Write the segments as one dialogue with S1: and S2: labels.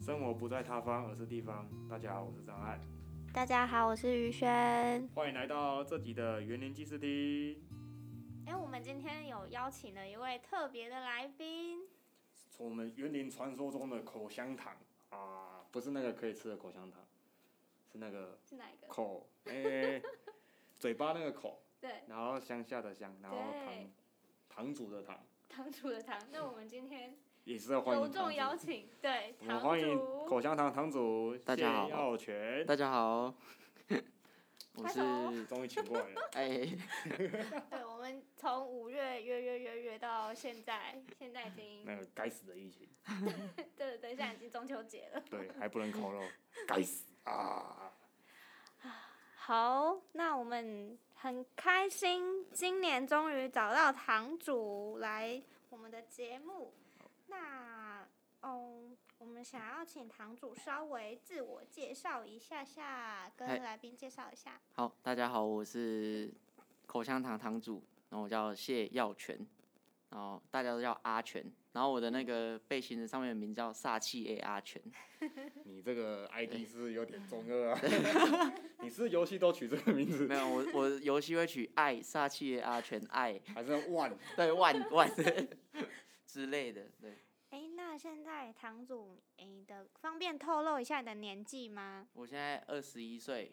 S1: 生活不在他方，而是地方。大家好，我是张翰，
S2: 大家好，我是于轩。哎、
S1: 欢迎来到这集的园林记事厅。
S2: 我们今天有邀请了一位特别的来宾，
S1: 从我们园林传说中的口香糖啊，不是那个可以吃的口香糖，是那个
S2: 是哪一个？
S1: 口，哎、嘴巴那个口，
S2: 对，
S1: 然后乡下的乡，然后
S2: 对
S1: 糖，堂主的堂，
S2: 堂主的堂。那我们今天
S1: 也是要欢迎堂
S2: 隆
S1: 主
S2: 重邀请，对，
S1: 我们
S2: 堂
S1: 欢迎
S2: 主。
S1: 口香糖堂主
S3: 大家好
S1: 谢耀全，
S3: 大家好，我
S2: 拍
S3: 是
S2: 手
S1: 终于请过来了，
S3: 哎，
S2: 对，我们从五月约约约约到现在，现在已经，
S1: 那个该死的疫情。
S2: 对对对，现在已经中秋节了。
S1: 对，还不能烤肉，该死啊！
S2: 好，那我们很开心，今年终于找到堂主来我们的节目。那，嗯，我们想要请堂主稍微自我介绍一下下，
S3: 嗨
S2: 跟来宾介绍一下。
S3: 好，大家好，我是口香糖堂主，然后我叫谢耀全，然后大家都叫阿全，然后我的那个背心的上面的名叫煞气 A 阿全，
S1: 你这个 ID 是有点中二啊！你是游戏都取这个名字
S3: 没，有我我游戏会取爱煞气 A 阿全爱，
S1: 还是万？
S3: 对万万 之类的，对
S2: 哎，那现在堂主，你的方便透露一下你的年纪吗？
S3: 我现在二十一岁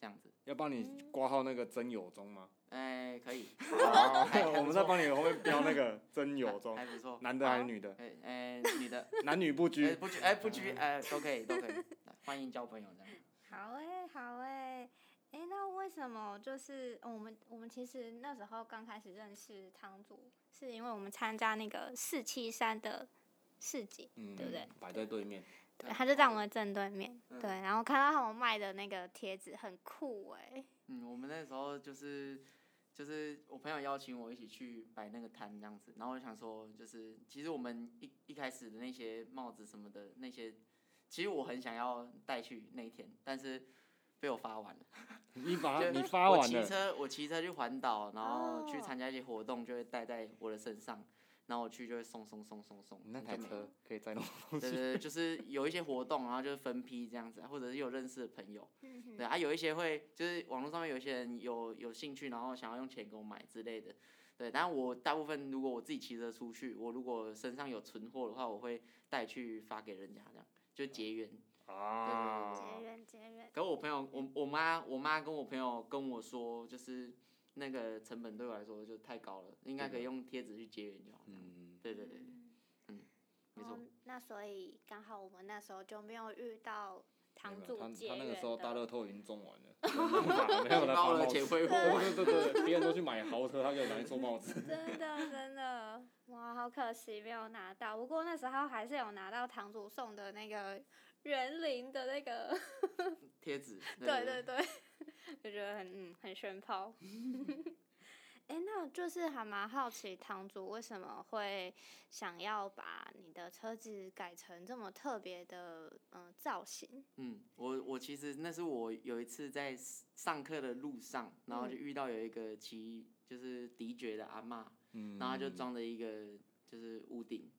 S3: 这样子，
S1: 要帮你挂号那个真友中吗？
S3: 哎，可以，
S1: 啊
S3: 还还不错
S1: 我们在帮你后面标那个真友中
S3: 还，不错，
S1: 男的还是女的？
S3: 哎哎，你的。
S1: 男女不
S3: 哎、
S1: 拘。
S3: 不拘，哎、不拘，哎、都可以，都可以，欢迎交朋友这样。
S2: 好哎、好哎、哎、那为什么就是、呃我们我们其实那时候刚开始认识堂主，是因为我们参加那个四七三的市集，
S1: 嗯
S2: 对不对？
S1: 摆在对面，
S2: 对，他就在我们的正对面，
S3: 嗯
S2: 对，然后看到他们卖的那个贴纸很酷哎、
S3: 嗯，我们那时候就是就是我朋友邀请我一起去摆那个摊这样子，然后我想说，就是其实我们一一开始的那些帽子什么的那些，其实我很想要带去那一天，但是被我发完了。
S1: 你把
S3: 就
S1: 啊它你发完
S3: 我骑
S1: 了，
S3: 车，我骑车去环岛，然后去
S2: 哦
S3: 参加一些活动，就会带在我的身上，然后我去就会送送送送送。
S1: 那
S3: 就
S1: 台
S3: 没了
S1: 车可以载那么多
S3: 对
S1: 东西。
S3: 对，对就是有一些活动，然后就是分批这样子，啊或者是有认识的朋友，
S2: 嗯哼
S3: 对啊，有一些会就是网络上面有一些人有有兴趣，然后想要用钱给我买之类的，对。但我大部分如果我自己骑车出去，我如果身上有存货的话，我会带去发给人家，这样就结缘。
S1: 啊
S2: 结缘结缘，
S3: 可我朋友，我我妈，我妈跟我朋友跟我说，就是那个成本对我来说就太高了，应该可以用贴纸去结缘就好。这样
S1: 嗯，
S3: 对对对，没错
S2: 哦。那所以刚好我们那时候就没有遇到堂
S1: 没有
S2: 主
S1: 他
S2: 结
S1: 他那
S2: 缘
S1: 个时候大
S2: 的，
S1: 乐透已经中完了，没有办法没有来
S3: 把
S1: 发
S3: 我的
S1: 帽子
S3: 钱。挥霍完。
S1: 对对对对，别人都去买豪车，他给我拿一做帽子。
S2: 真的真的，哇，好可惜没有拿到。不过那时候还是有拿到堂主送的那个园林的那 个，
S3: 贴纸。
S2: 对
S3: 对
S2: 对对， 就觉得很嗯很炫 炮。哎、那就是还蛮好奇堂主为什么会想要把你的车子改成这么特别的嗯、呃造型？
S3: 嗯，我我其实那是我有一次在 s- 上课的路上，然后就遇到有一个骑就是迪爵的阿嬷，
S1: 嗯
S3: 然后她就装着一个就是屋顶，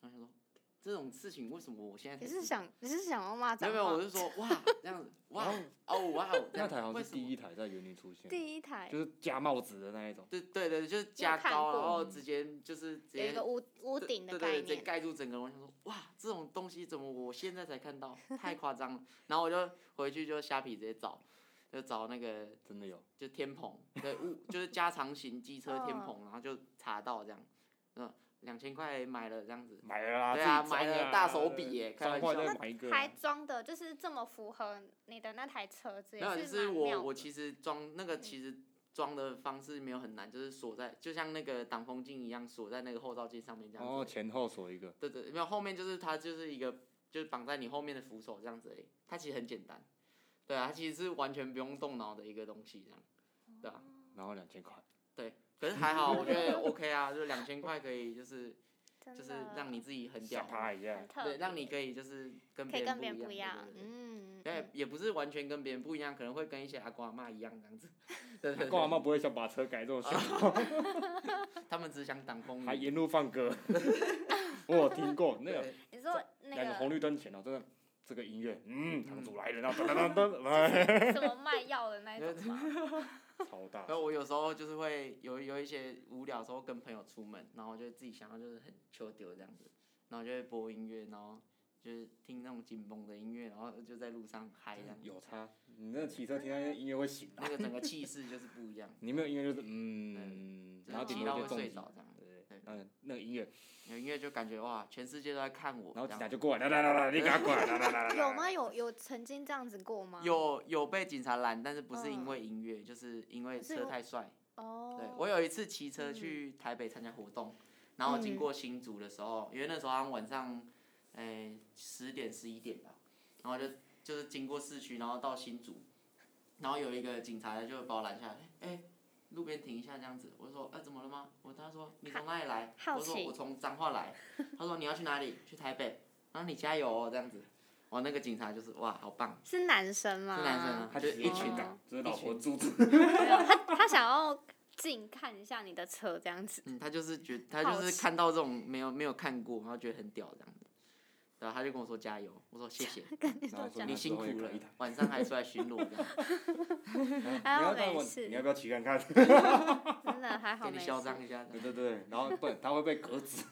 S3: 然后想说这种事情为什么我现在才
S2: 你
S3: 知
S2: 是
S3: 道
S2: 想你是想要骂
S3: 没
S2: 脏
S3: 有
S2: 话？
S3: 没有，我是说哇这样子哇哦 哇哦，这
S1: 那
S3: 样
S1: 台好像
S3: 为
S1: 是
S3: 什
S1: 第
S3: 么
S1: 一台在园林出现，
S2: 第一台
S1: 就是加帽子的那一种。
S3: 对对对，就是加
S2: 看
S3: 高，然
S2: 过
S3: 后
S1: 嗯
S3: 直接就是直
S2: 有一
S3: 接
S2: 个屋屋
S3: 对
S2: 顶的
S3: 对
S2: 概
S3: 对，直接
S2: 念，
S3: 盖住整个人。我想说，哇，这种东西怎么我现在才看到，太夸张了。然后我就回去就虾皮直接找，就找那个
S1: 真的有，
S3: 就天棚，对，物就是加长型机车天
S2: 嗯
S3: 棚，然后就查到这样，嗯，两千块买了这样子，
S1: 买了啦，
S3: 对啊
S1: 自己装
S3: 买了
S1: 啊
S3: 大手笔耶开
S1: 三
S3: 玩
S1: 块
S3: 笑
S1: 再买一个啊，
S2: 还装的就是这么符合你的那台车子，
S3: 没
S2: 也
S3: 有，就是
S2: 蛮妙
S3: 我
S2: 的
S3: 我其实装那个其实装的方式没有很难，就是锁在就像那个挡风镜一样锁在那个后照镜上面这
S1: 然后
S3: 样子，
S1: 前后锁一个，
S3: 对对，没有后面就是它就是一个就是绑在你后面的扶手这样子而已，它其实很简单，对啊，它其实是完全不用动脑的一个东西这样，对啊，
S2: 嗯
S1: 然后两千块，
S3: 可是还好，我觉得 OK 啊，就是两千块可以就是。
S2: 哦真
S3: 就是
S2: 的
S3: 让你自己很屌
S1: 吓，趴一下
S2: 很，特
S3: 对，让你
S2: 别
S3: 可以就是跟
S2: 可以跟别
S3: 人
S2: 人不一样，
S3: 对对对
S2: 嗯，
S3: 对
S2: 嗯
S3: 也不是完全跟别人不一样，可能会跟一些阿公阿妈一样这 样子，对
S1: 干
S3: 对对，
S1: 嘛不会想把车改这么小，
S3: 他们只想挡风
S1: 还
S3: 雨，
S1: 沿路放歌，我有听过那个
S3: 对
S2: 你说那
S1: 两个红
S2: 个
S1: 绿灯前哦，真的这个音乐，嗯，堂主来了，然后噔噔噔噔，
S2: 什么卖药的那一种吗？
S1: 超大
S3: 然，后我有时候就是会有有一些无聊的时候跟朋友出门，然后我就自己想要就是很秋丢这样子，然后就会播音乐，然后就是听那种紧绷的音乐，然后就在路上嗨这样子，
S1: 有差。你那骑车听到音乐会醒的，
S3: 那个整个气势就是不一样，
S1: 你没有音乐就是嗯，
S3: 就
S1: 然后
S3: 是
S1: 顶
S3: 骑
S1: 多
S3: 到
S1: 就
S3: 会
S1: 重
S3: 睡
S1: 击，
S3: 着这样。
S1: 对，嗯，那个音乐，
S3: 有音乐就感觉哇，全世界都在看我
S1: 然后警
S3: 这样
S1: 察就过来，来来来来，你给他过来，来来来来，
S2: 有吗？？有有曾经这样子过吗？
S3: 有有被警察拦，但是不是因
S2: 嗯
S3: 为音乐，就是因为
S2: 可是
S3: 车
S2: 我
S3: 太帅。
S2: 哦。嗯
S3: 对我有一次骑车去台北参加活动，然后经过新竹的时候，因为那时候好像晚上，诶十点十一点吧，然后就就是经过市区，然后到新竹，然后有一个警察就把我拦下来，哎、路边停一下这样子，我就说，啊，怎么了吗？我他说你从哪里来？
S2: 好
S3: 我说
S2: 奇
S3: 我从彰 化来。他说你要去哪里？去台北。然后你加油哦，这样子。哇，那个警察就是哇，好棒。
S2: 是男生吗？
S3: 是男生啊
S1: 他就是哦一群的，就是老婆猪 猪，
S2: 他他想要近看一下你的车这样子。
S3: 嗯，他就是觉他
S2: 好
S3: 就是
S2: 奇
S3: 看到这种没有没有看过，然后觉得很屌这样子，然后他就跟我说加油，我说谢谢，
S2: 跟你
S1: 然
S2: 说
S1: 后说
S2: 讲
S3: 你
S1: 那
S3: 辛
S1: 之
S3: 苦
S1: 后也
S3: 了
S1: 可以的，
S3: 晚上还出来巡逻这样，
S1: 你要带我，你要不要骑看 看？
S2: 真的还好
S3: 给你
S2: 没
S3: 嚣
S2: 事。
S3: 张一下
S1: 对
S3: 这
S1: 对
S3: 样。
S1: 对，然后不，他会被革职。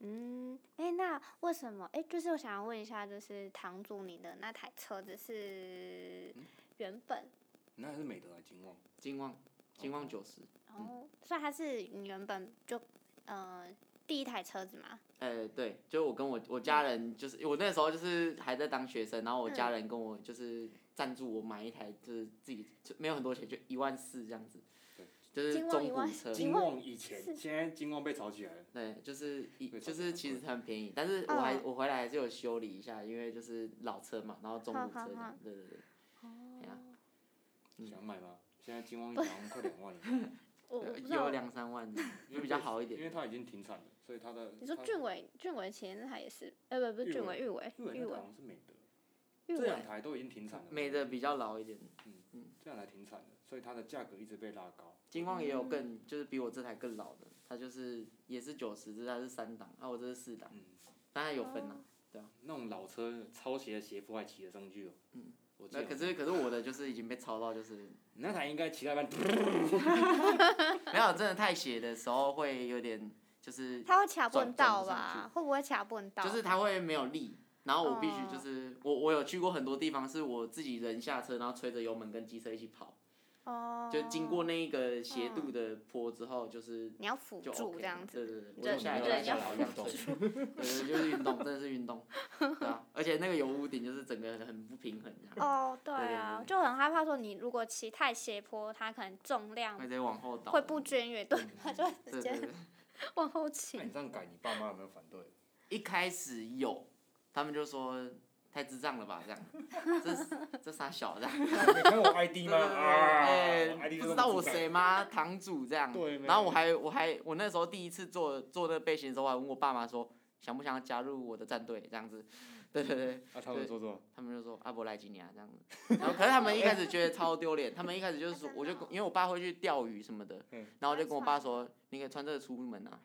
S2: 嗯，哎、那为什么？哎、就是我想要问一下，就是堂主你的那台车子是
S3: 嗯
S2: 原本，
S1: 那还是美德还啊金旺，哦
S3: 金旺，金旺九十，
S2: 然
S3: 嗯
S2: 后所以它是你原本就呃第一台车子嘛？
S3: 呃，对，就我跟我我家人，就是我那时候就是还在当学生，然后我
S2: 嗯
S3: 家人跟我就是赞助我买一台，就是自己就没有很多钱，就一万四这样子
S1: 对，
S3: 就是
S2: 金旺
S3: 中
S2: 一万
S3: 古车，
S1: 金旺以前
S2: 是，
S1: 现在金旺被炒起来了。
S3: 对，就是一
S1: 会
S3: 就
S1: 造成
S3: 是
S1: 很
S3: 其
S1: 贵
S3: 实很便宜，但是我还、
S2: 嗯
S3: 我回来还是有修理一下，因为就是老车嘛，然后中
S2: 好
S3: 古车
S2: 好
S3: 这样
S2: 好，
S3: 对对对，哎呀嗯
S1: 想买吗？现在金光好像快两万了，
S2: 我我
S3: 呃
S2: 不知
S3: 有
S2: 道。
S3: 两三万的就比较好一
S1: 因
S3: 点。
S1: 为它已经停产了，所以它的
S2: 你说
S1: 它
S2: 俊伟，俊伟前那台也是，呃，不不是
S1: 玉伟
S2: 俊伟，玉伟，
S1: 日本那台
S2: 玉伟
S1: 好，像是美德，
S2: 玉
S1: 这两
S2: 伟，
S1: 台都已经停产了，
S3: 美的比较老一点，
S1: 这两台停产了，所以它的价格一直被拉高。
S3: 金光也
S2: 嗯
S3: 有更就是比我这台更老的，它就是也是九十，这它是三档，啊我这是四档，
S1: 嗯，
S3: 当然有分啊
S2: 哦
S3: 啦、
S1: 那种老车抄袭的斜坡还骑得上去哦。
S3: 嗯，
S1: 我记
S3: 那
S1: 得
S3: 可是可是我的就是已经被抄到，就是
S1: 你那台应该骑 到一半，哎
S3: 没有真的太斜的时候会有点就是
S2: 他会卡
S3: 转
S2: 笨
S3: 转
S2: 到
S3: 不上
S2: 吧？会不会卡笨到？
S3: 就是它会没有力，然后我必须
S2: 哦
S3: 就是我我有去过很多地方，是我自己人下车，然后吹着油门跟机车一起跑，
S2: 哦，
S3: 就经过那一个斜度的坡之后，就是
S2: 你要辅
S3: 就
S2: 助
S3: OK
S2: 这样子。
S3: 对对对，
S2: 对
S3: 我有下来
S2: 对
S3: 就在
S2: 要
S3: 下来
S2: 辅
S3: 运动，对对，就是运动，真的是运动，对啊，而且那个油屋顶就是整个很不平衡，这样
S2: 哦，对
S3: 对对
S2: 啊，
S3: 对
S2: 就很害怕说你如果骑太斜坡，它可能重量
S3: 会直接往后倒，
S2: 会不均匀，对，它就会
S3: 对
S2: 直
S3: 对
S2: 接
S3: 对，
S2: 往
S1: 那
S2: 后
S1: 你
S3: 哎
S2: 倾。
S1: 这样改，你爸妈有没有反对？
S3: 一开始有，他们就说太智障了吧，这样，这这傻小这样。
S1: 你看我 ID 吗？啊
S3: 哎，
S1: 我，ID
S3: 不知道我谁吗？堂主这样。
S1: 对没
S3: 然后我还我还我那时候第一次做做那个背心的时候，我还问我爸妈说，想不想要加入我的战队这样子。 对对对，
S1: 啊，他们说说，
S3: 他们就说阿伯来几年啊这样子。然后可是他们一开始觉得超丢脸，他们一开始就是说
S2: 啊，真的
S3: 我就
S2: 哦
S3: 因为我爸会去钓鱼什么的
S1: 嗯，
S3: 然后我就跟我爸说，你可以穿这个出门啊。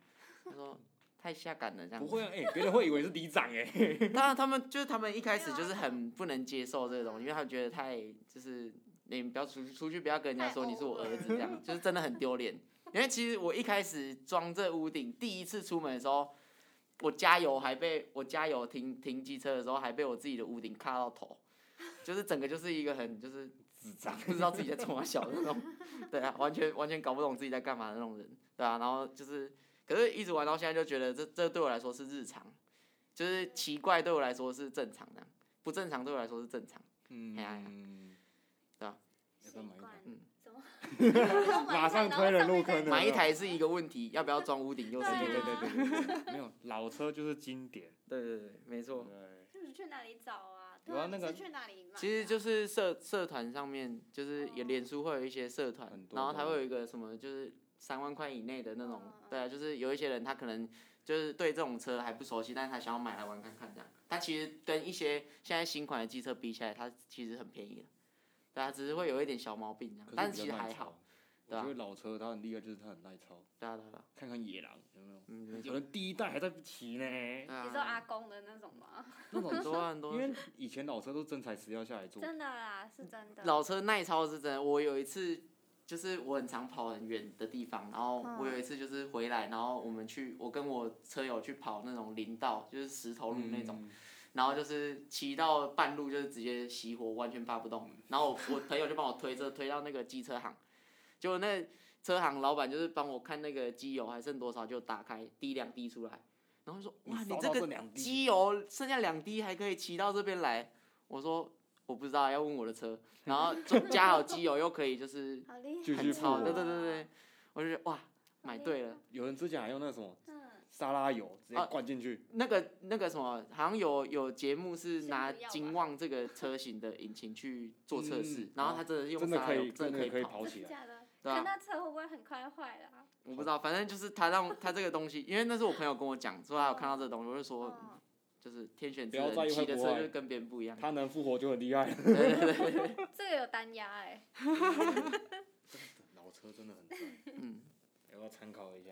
S3: 他说太下感了这样
S1: 不
S3: 子。
S1: 会啊，哎，别人会以为是里长哎。
S3: 当然，他们就是他们一开始就
S2: 没有
S3: 是
S2: 啊嗯
S3: 很不能接受这个东西，因为他们觉得太就是你不要出去出去，不要跟人家
S2: 太
S3: 说你是我
S2: over
S3: 儿子这样，就是真的很丢脸。因为其实我一开始装这屋顶，第一次出门的时候，我加油还被我加油停停机车的时候还被我自己的屋顶卡到头，就是整个就是一个很就是
S1: 智障，
S3: 不知道自己在冲啥啊小的那种， 对啊，完全完全搞不懂自己在干嘛的那种人，对啊，然后就是，可是一直玩到现在就觉得这这对我来说是日常，就是奇怪对我来说是正常的，不正常对我来说是正常，哎呀
S1: 嗯，要不要买一台
S3: 嗯
S2: 怎么
S1: 马上推人入坑的
S3: 买一台是一个问题，要不要装屋顶又是一个
S1: 对
S3: 问
S1: 对啊
S3: 题，
S1: 对对对对，没有老车就是经典。
S3: 对对对，没错，
S1: 对，
S2: 就是去哪里找啊？
S1: 有
S2: 对
S1: 啊
S2: 啊，
S1: 那
S2: 你是
S1: 个
S2: 去哪里买啊？
S3: 其实就是社社团上面就是有
S2: 哦
S3: 脸书会有一些社团
S1: 很，多
S3: 然后它
S1: 的
S3: 会有一个什么就是三万块以内的那种
S2: 嗯嗯，
S3: 对啊，就是有一些人他可能就是对这种车还不熟悉，但是他想要买来玩看看这样。它其实跟一些现在新款的机车比起来，它其实很便宜的，对啊，只是会有一点小毛病这样，但
S1: 可
S3: 是
S1: 是
S3: 其
S1: 比较
S3: 实
S1: 耐
S3: 还
S1: 操
S3: 好，。
S1: 我
S3: 对啊
S1: 觉得老车它很厉害，就是它很耐操。
S3: 对啊对啊，对啊
S1: 看看野狼有没有？
S3: 嗯，没
S1: 有
S3: 错，
S1: 人第一代还在骑呢。
S3: 对啊
S2: 你说阿公的那种吗？
S1: 那种
S3: 很多啊很多
S1: 因。为以前老车都是真材实料下来做，
S2: 真的啦，是真的。
S3: 老车耐操是真的，我有一次就是我很常跑很远的地方，然后我有一次就是回来，然后我们去，我跟我车友去跑那种林道，就是石头路那种，
S1: 嗯，
S3: 然后就是骑到半路就是直接熄火，完全扒不动，
S1: 嗯
S3: 然后我我朋友就帮我推车推到那个机车行，结果那车行老板就是帮我看那个机油还剩多少，就打开滴两滴出来，然后就说哇
S1: 烧
S3: 这
S1: 到
S3: 个
S1: 这两滴
S3: 机油剩下两滴还可以骑到这边来。我说我不知道，要问我的车。然后就加好机油又可以，就是
S2: 好厉害哦，
S1: 继续复
S3: 很超，
S1: 活
S3: 对对对对，我就觉得哇，买对了。
S1: 有人之前还用那什么
S2: 嗯，
S1: 沙拉油直接
S3: 啊
S1: 灌进去，
S3: 那个那个什么，好像有有节目是拿
S2: 先不要吧
S3: 金旺这个车型的引擎去做测试，
S1: 嗯
S3: 然后他真的是用
S1: 真的
S3: 沙
S1: 可
S3: 拉油
S1: 以
S3: 真
S1: 真
S3: 的
S1: 的可以
S3: 跑，
S1: 跑
S2: 真
S1: 起来
S2: 的假的？
S3: 对啊
S2: 可那车会不会很快坏了啊？
S3: 我不知道，反正就是他让他这个东西，因为那是我朋友跟我讲，说他有看到这个东西，我就说
S2: 嗯
S3: 就是天选
S1: 不
S3: 之
S1: 要在意
S3: 人骑
S1: 会
S3: 的
S1: 不
S3: 车
S1: 会
S3: 就是跟别人不一 样，
S1: 它能复活就很厉害了。
S3: 对对对对，
S2: 这个有单压哎，
S1: 老车真的很赞，哎
S3: 嗯，
S1: 要不要参考一下？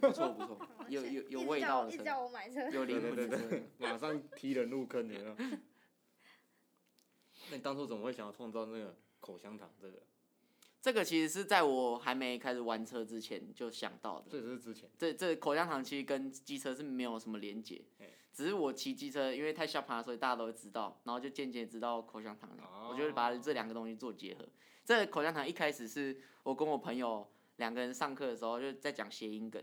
S3: 不错不错，有有有
S2: 一直
S3: 味
S2: 叫
S3: 道
S2: 我一
S3: 的
S2: 直
S3: 车，
S2: 叫我买车。
S3: 有灵魂
S1: 对
S3: 的
S1: 对
S3: 车。
S1: 马上踢人入坑，你知道吗？那你当初怎么会想要创造那个口香糖这个？
S3: 这个其实是在我还没开始玩车之前就想到的。
S1: 这只是之前，
S3: 这这口香糖其实跟机车是没有什么连接
S1: 嘿，
S3: 只是我骑机车，因为太下爬，所以大家都会知道，然后就渐渐知道口香糖了。我就会把
S1: 哦
S3: 这两个东西做结合。这个口香糖一开始是我跟我朋友两个人上课的时候就在讲谐音梗，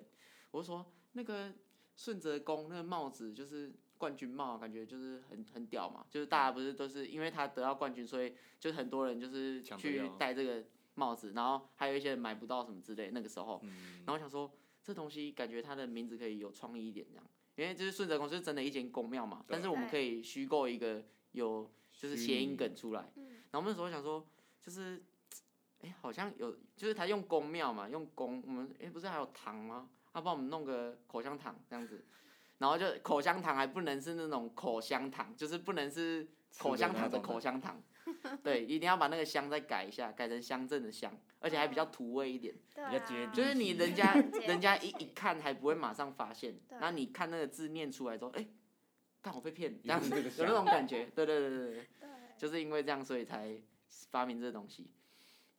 S3: 我就说那个顺泽公那个帽子就是冠军帽，感觉就是很很屌嘛，就是大家不是都是因为他得到冠军，所以就很多人就是
S1: 抢着
S3: 去
S1: 要
S3: 戴这个帽子，然后还有一些人买不到什么之类，那个时候。
S1: 嗯
S3: 然后我想说这东西感觉它的名字可以有创意一点这样，因为就是顺泽宫就是真的一间宫庙嘛，
S1: 对
S3: 但是我们可以虚构一个有就是谐音梗出来。
S2: 嗯，
S3: 然后我们那时候想说，就是哎、好像有，就是他用宫庙嘛，用宫，我们哎、不是还有糖吗？他帮我们弄个口香糖这样子，然后就口香糖还不能是那种口香糖，就是不能是口香糖的口香糖。 对，一定要把那个香再改一下，改成乡镇的乡，而且还比较土味一点。
S2: 对
S1: 比较接
S2: 啊，
S1: 地
S3: 就是你人家
S2: 嗯
S3: 人家一一看还不会马上发现，
S2: 对啊
S3: 然后你看那个字念出来之后，哎、看我 被骗，这
S1: 原
S3: 样
S1: 来是
S3: 子
S1: 这个
S3: 有那种感觉。对对对对对，
S2: 对，
S3: 就是因为这样，所以才发明这东西，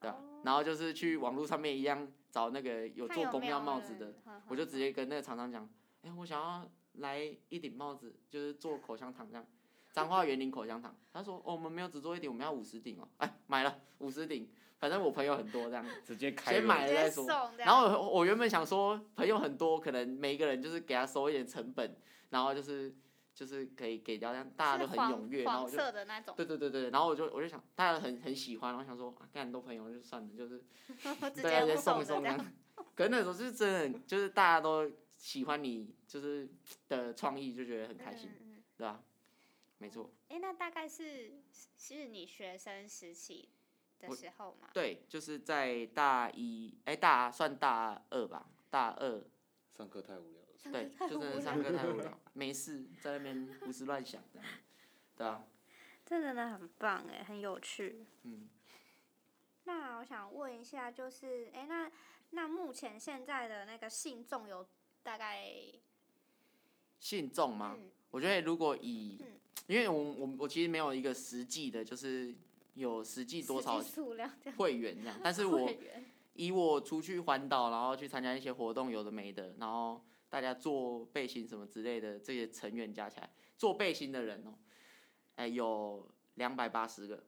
S3: 对吧、
S2: 哦
S3: 然后就是去网络上面一样找那个有
S2: 看
S3: 做
S2: 有
S3: 公
S2: 没
S3: 庙
S2: 有
S3: 帽子
S2: 人
S3: 的，，
S2: 呵呵
S3: 我就直接跟那个厂商讲，哎、我想要来一顶帽子，就是做口香糖这样。彰化园林口香糖，他说：“哦，我们没有只做一顶，我们要五十顶哦。”哎，买了五十顶，反正我朋友很多这样。
S1: 直接开
S3: 先
S1: 了
S3: 买
S2: 直
S3: 了
S2: 接
S3: 再说
S2: 送这。样，
S3: 然后我我原本想说，朋友很多，可能每一个人就是给他收一点成本，然后就是就是可以给大家，大家
S2: 是
S3: 都很
S2: 黄
S3: 踊跃，然后
S2: 黄
S3: 我就
S2: 色的那种，
S3: 对对对对，然后我就我就想，大家很很喜欢，然后想说啊，干很多朋友就算了，就是
S2: 直
S3: 大家
S2: 接
S3: 再
S2: 入
S3: 啊送
S2: 手的这
S3: 一送啊这
S2: 样，
S3: 样。 可是那时候就是真的很，就是大家都喜欢你，就是的创意，就觉得很开心，
S2: 嗯。
S3: 对吧？没错，
S2: 哎、诶那大概是是你学生时期的
S3: 我
S2: 时候吗？
S3: 对，就是在大一，哎，大算大二吧，大二
S1: 上课太无聊了，
S3: 对，就 真的上课太无聊，没事在那边胡思乱想这样，对啊，
S2: 这真的很棒哎，很有趣。
S3: 嗯，
S2: 那我想问一下，就是哎、诶那那目前现在的那个信众有大概
S3: 信众嘛，
S2: 嗯
S3: 我觉得如果以
S2: 嗯，
S3: 因为我我我其实没有一个实际的，就是有实际多少
S2: 实际数量这样
S3: 会员这样， 但是我
S2: 会员？
S3: 以我出去环岛，然后去参加一些活动，有的没的，然后大家做背心什么之类的，这些成员加起来做背心的人哦，哎、有两百八十个，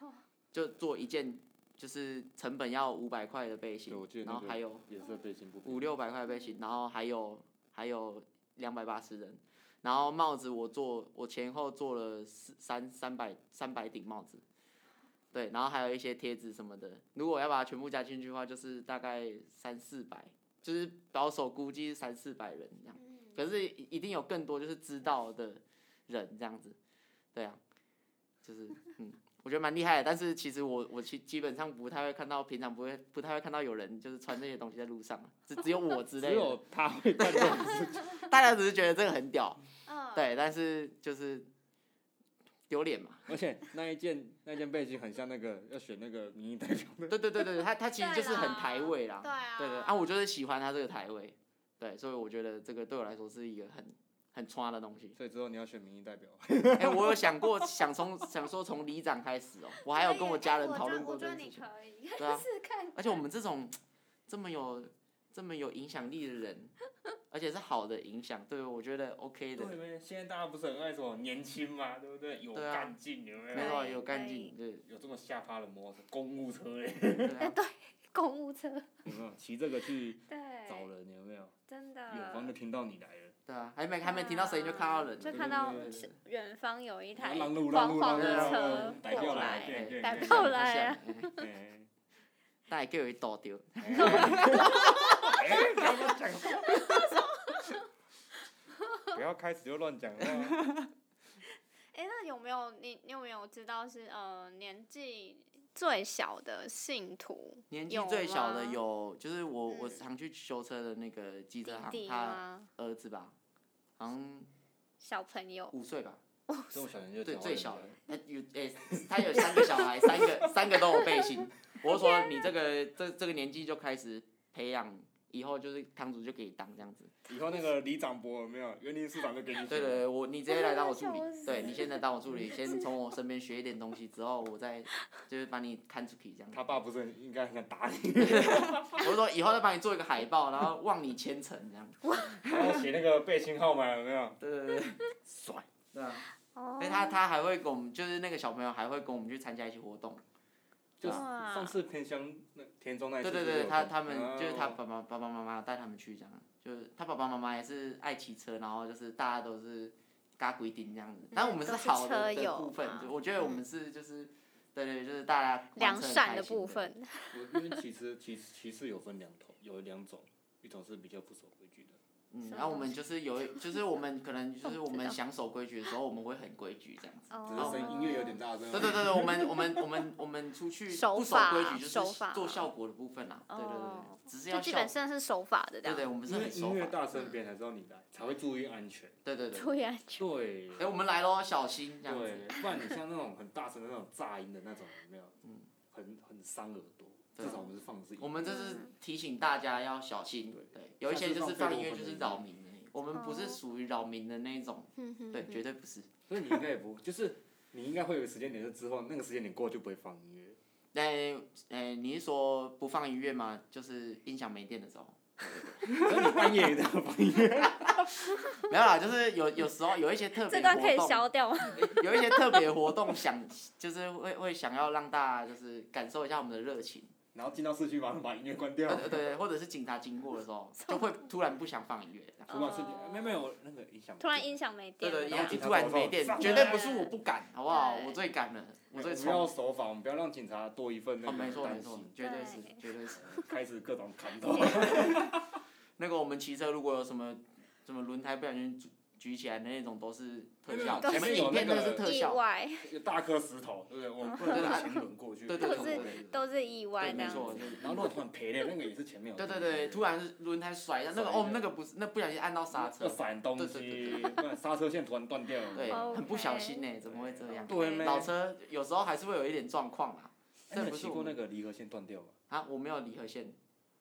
S2: 哦
S3: 就做一件就是成本要五百块的背心
S1: 对我记，得那
S3: 然后
S1: 个
S3: 还有
S1: 颜色背心不
S3: 五
S1: 平。
S3: 六百块背心，然后还有还有两百八十人，然后帽子我做我前后做了四三三百三百顶帽子，对，然后还有一些贴纸什么的，如果要把它全部加进去的话，就是大概三四百，就是保守估计是三四百人这样，
S2: 嗯，
S3: 可是一定有更多就是知道的人这样子，对啊，就是嗯。我觉得蛮厉害的，但是其实我我基基本上不太会看到，平常不会不太会看到有人就是穿这些东西在路上，啊只只有我之
S1: 只
S3: 类的，
S1: 有他会干这种事情，
S3: 大家只是觉得这个很屌，
S2: 嗯，
S3: 对，但是就是丢脸嘛，
S1: 而且那一件那件背心很像那个要选那个民意代表的，
S3: 对对对对，他他其实就是很台味啦，
S2: 对啊，
S3: 对对，啊，我就是喜欢他这个台味，对，所以我觉得这个对我来说是一个很很穿的东西。
S1: 所以之后你要选民意代表，
S3: 哎、我有想过想从想说从里长开始哦、我还有
S2: 可以
S3: 跟我
S2: 哎
S3: 家人
S2: 我
S3: 讨
S2: 觉
S3: 论
S2: 得
S3: 过
S2: 我
S3: 这
S2: 觉得
S3: 件事
S2: 你
S3: 情。
S2: 可 以，
S3: 对啊
S2: 试看看。
S3: 而且我们这种这么有这么有影响力的人，而且是好的影响，对我觉得 OK 的，
S1: 对，现在大家不是很爱什么年轻嘛，对不对？有
S3: 对啊
S1: 干劲，有没
S3: 没
S1: 有？
S3: 错，
S2: 可以
S3: 有干劲，对
S1: 有这么下趴的摩托车，公务 车嘞，
S3: 对啊
S2: 公务车，
S1: 有没有？骑这个去找
S2: 对，
S1: 人，有没有？
S2: 真
S1: 远方就
S2: 的。
S1: 听到你来了，
S3: 对啊，还没还没听到声音就看到人了，
S2: 啊就
S1: 对
S2: 看
S1: 对
S2: 到
S1: 对对
S2: 是远方有一台
S1: 让路让
S2: 黄
S1: 路
S2: 黄
S1: 让
S2: 的
S1: 路让
S2: 车
S1: 路代
S2: 过
S1: 表来
S2: 来，
S1: 对对
S2: 代
S1: 对
S2: 表来啊，
S3: 啊，
S1: 哎
S3: 大家给我一倒丢，
S1: 哎，哎不要乱讲话，不要开始就乱讲 话。
S2: 哎、那有没有你你有没有知道是呃年纪最小的信徒
S3: 年纪
S2: 有
S3: 最小的
S2: 吗
S3: 有就是我我
S2: 嗯
S3: 常去修车的那个机
S2: 弟
S3: 车行，
S2: 弟
S3: 他
S2: 吗？
S3: 儿子吧，好像
S2: 小朋友
S3: 五岁吧，
S1: 这种小人就
S3: 对
S1: 讲话
S3: 最
S1: 就
S3: 小
S1: 来
S3: 的，他有诶、他有三个小孩，三个三个都有背心。我就说你这个这这个年纪就开始培养，以后就是堂主就可以当这样子。
S1: 以后那个李长博有没有？园林市长就给你。
S3: 对对对，我你直接来当我助
S2: 我
S3: 理
S2: 真的要笑，死
S3: 对你现在当我助 理，先从我身边学一点东西，之后我再就是把你看出去这样子。
S1: 他爸不是很应该很想打 你，
S3: 我就说以后再帮你做一个海报，然后望你前程这样。
S1: 然后写那个背心号码有没有？
S3: 对对对对，帅。对啊，
S2: 哦
S3: 所以他他还会跟我们，就是那个小朋友还会跟我们去参加一些活动。
S1: 就是
S2: 哇
S1: 上次偏乡那田中那一次
S3: 对
S1: 是不
S3: 对
S1: 是有讲，
S3: 对，他他们就是他
S1: 哦
S3: 爸爸爸爸妈妈带他们去这样，就是他爸爸妈妈也是爱骑车，然后就是大家都是嘎规定这样子，但我们
S2: 嗯都是
S3: 好
S2: 车
S3: 的
S2: 友
S3: 的部分
S2: 嘛，嗯
S3: 就我觉得我们是就是，对对，就是大家玩
S2: 良
S3: 车很
S2: 善
S3: 开
S2: 的
S3: 心
S2: 部，分，
S1: 我因为骑士骑骑士有分两头，有两种，一种是比较不守规矩的，
S3: 嗯，
S2: 什么
S3: 然后我们就是有一，就是我们可能就是
S2: 我
S3: 我
S2: 知
S3: 们
S2: 道
S3: 想守规矩的时候，我们会很规矩这样子。
S1: 只是
S2: 哦，
S1: 声音乐有点大声。
S3: 对对对对，我们我们我们我们出去
S2: 手
S3: 不守
S2: 法
S3: 规矩就是
S2: 手法
S3: 做效果的部分啦，啊对对对
S2: 哦
S3: 对，只是
S2: 就
S3: 要
S2: 基
S3: 效
S2: 本，上是守法的这
S3: 对
S2: 样，
S3: 对，我们是
S1: 因为
S3: 很守
S1: 音乐
S3: 法，
S1: 大声，别人才知道你来，才会注意安全。
S3: 对对对。
S2: 注意安全。
S1: 对。
S3: 哎、我们来喽，小心这样子。
S1: 对，不然你像那种很大声的那种炸音的那种，有没有？
S3: 嗯
S1: 很很伤耳朵。
S3: 对
S1: 至少我们是放的是音乐。
S3: 我们这是
S2: 嗯
S3: 提醒大家要小心，
S1: 对
S3: 对，有一些就是放音乐就是扰民而已，我们不
S2: 哦
S3: 是属于扰民的那一种，
S2: 嗯哼哼
S3: 对，
S2: 哼
S3: 绝对不是。
S1: 所以你应该也不，就是你应该会有个时间点，是之后那个时间点过就不会放音乐。
S3: 但呃，你是说不放音乐吗？就是音响没电的 时候，
S1: 所以你半夜也在放音 乐。
S3: 没有啦，就是有有时候有一些特别
S2: 这段可以
S3: 活
S2: 消
S3: 动，
S2: 掉吗？
S3: 有一些特别活动想就是会会想要让大家就是感受一下我们的 热情，
S1: 然后进到市区，马上把音乐关掉。
S3: 对对对，或者是警察经过的 时候就会突然不想放音乐这样。
S1: 出门市区，没有没有那个音响。
S2: 哦突然音响没
S3: 对
S2: 电，
S3: 对，
S1: 然
S3: 然
S1: 后
S3: 后
S1: 警察
S3: 突然
S1: 走
S3: 没
S1: 到
S3: 电
S1: 上，
S3: 绝对不是我不敢，好不好？
S2: 对
S3: 我最敢了，我最
S1: 哎我
S3: 冲
S1: 们。要守法，我们不要让警察多一份那
S3: 哦，没
S1: 个
S3: 错
S1: 担
S3: 没错
S1: 心，。
S3: 绝对是
S2: 对
S3: 绝对是。
S1: 开始各种砍头。
S3: 那个我们骑车如果有什么什么轮胎不小心举举起来的那种，都是特效，
S2: 都是
S3: 前面影片都是特
S2: 意
S3: 效，
S2: 外
S1: 有大颗石头，对不对？我们不能让前轮过去。
S3: 对对对
S2: 都是
S3: 对对，
S2: 都是意外
S3: 对
S2: 这
S3: 没
S2: 样
S3: 错
S2: 子，。
S3: 就是
S1: 然后如果突然赔了，那个也是前面有。
S3: 对对对，突然是轮胎甩一下，那
S1: 甩
S3: 个
S1: 一
S3: 哦
S1: 下，
S3: 那个不是，那不小心按到刹车
S1: 要，闪东
S3: 对
S1: 西，不然刹车线突然断掉。
S3: 对，
S2: 哦 OK
S3: 很不小心呢，怎么会这样？
S1: 对没
S3: 老车有时候还是会有一点状况啦。
S1: 哎你
S3: 这
S1: 有
S3: 不是
S1: 骑
S3: 我
S1: 过那
S3: 们
S1: 个离合线断掉吗？
S3: 啊，我没有离合线，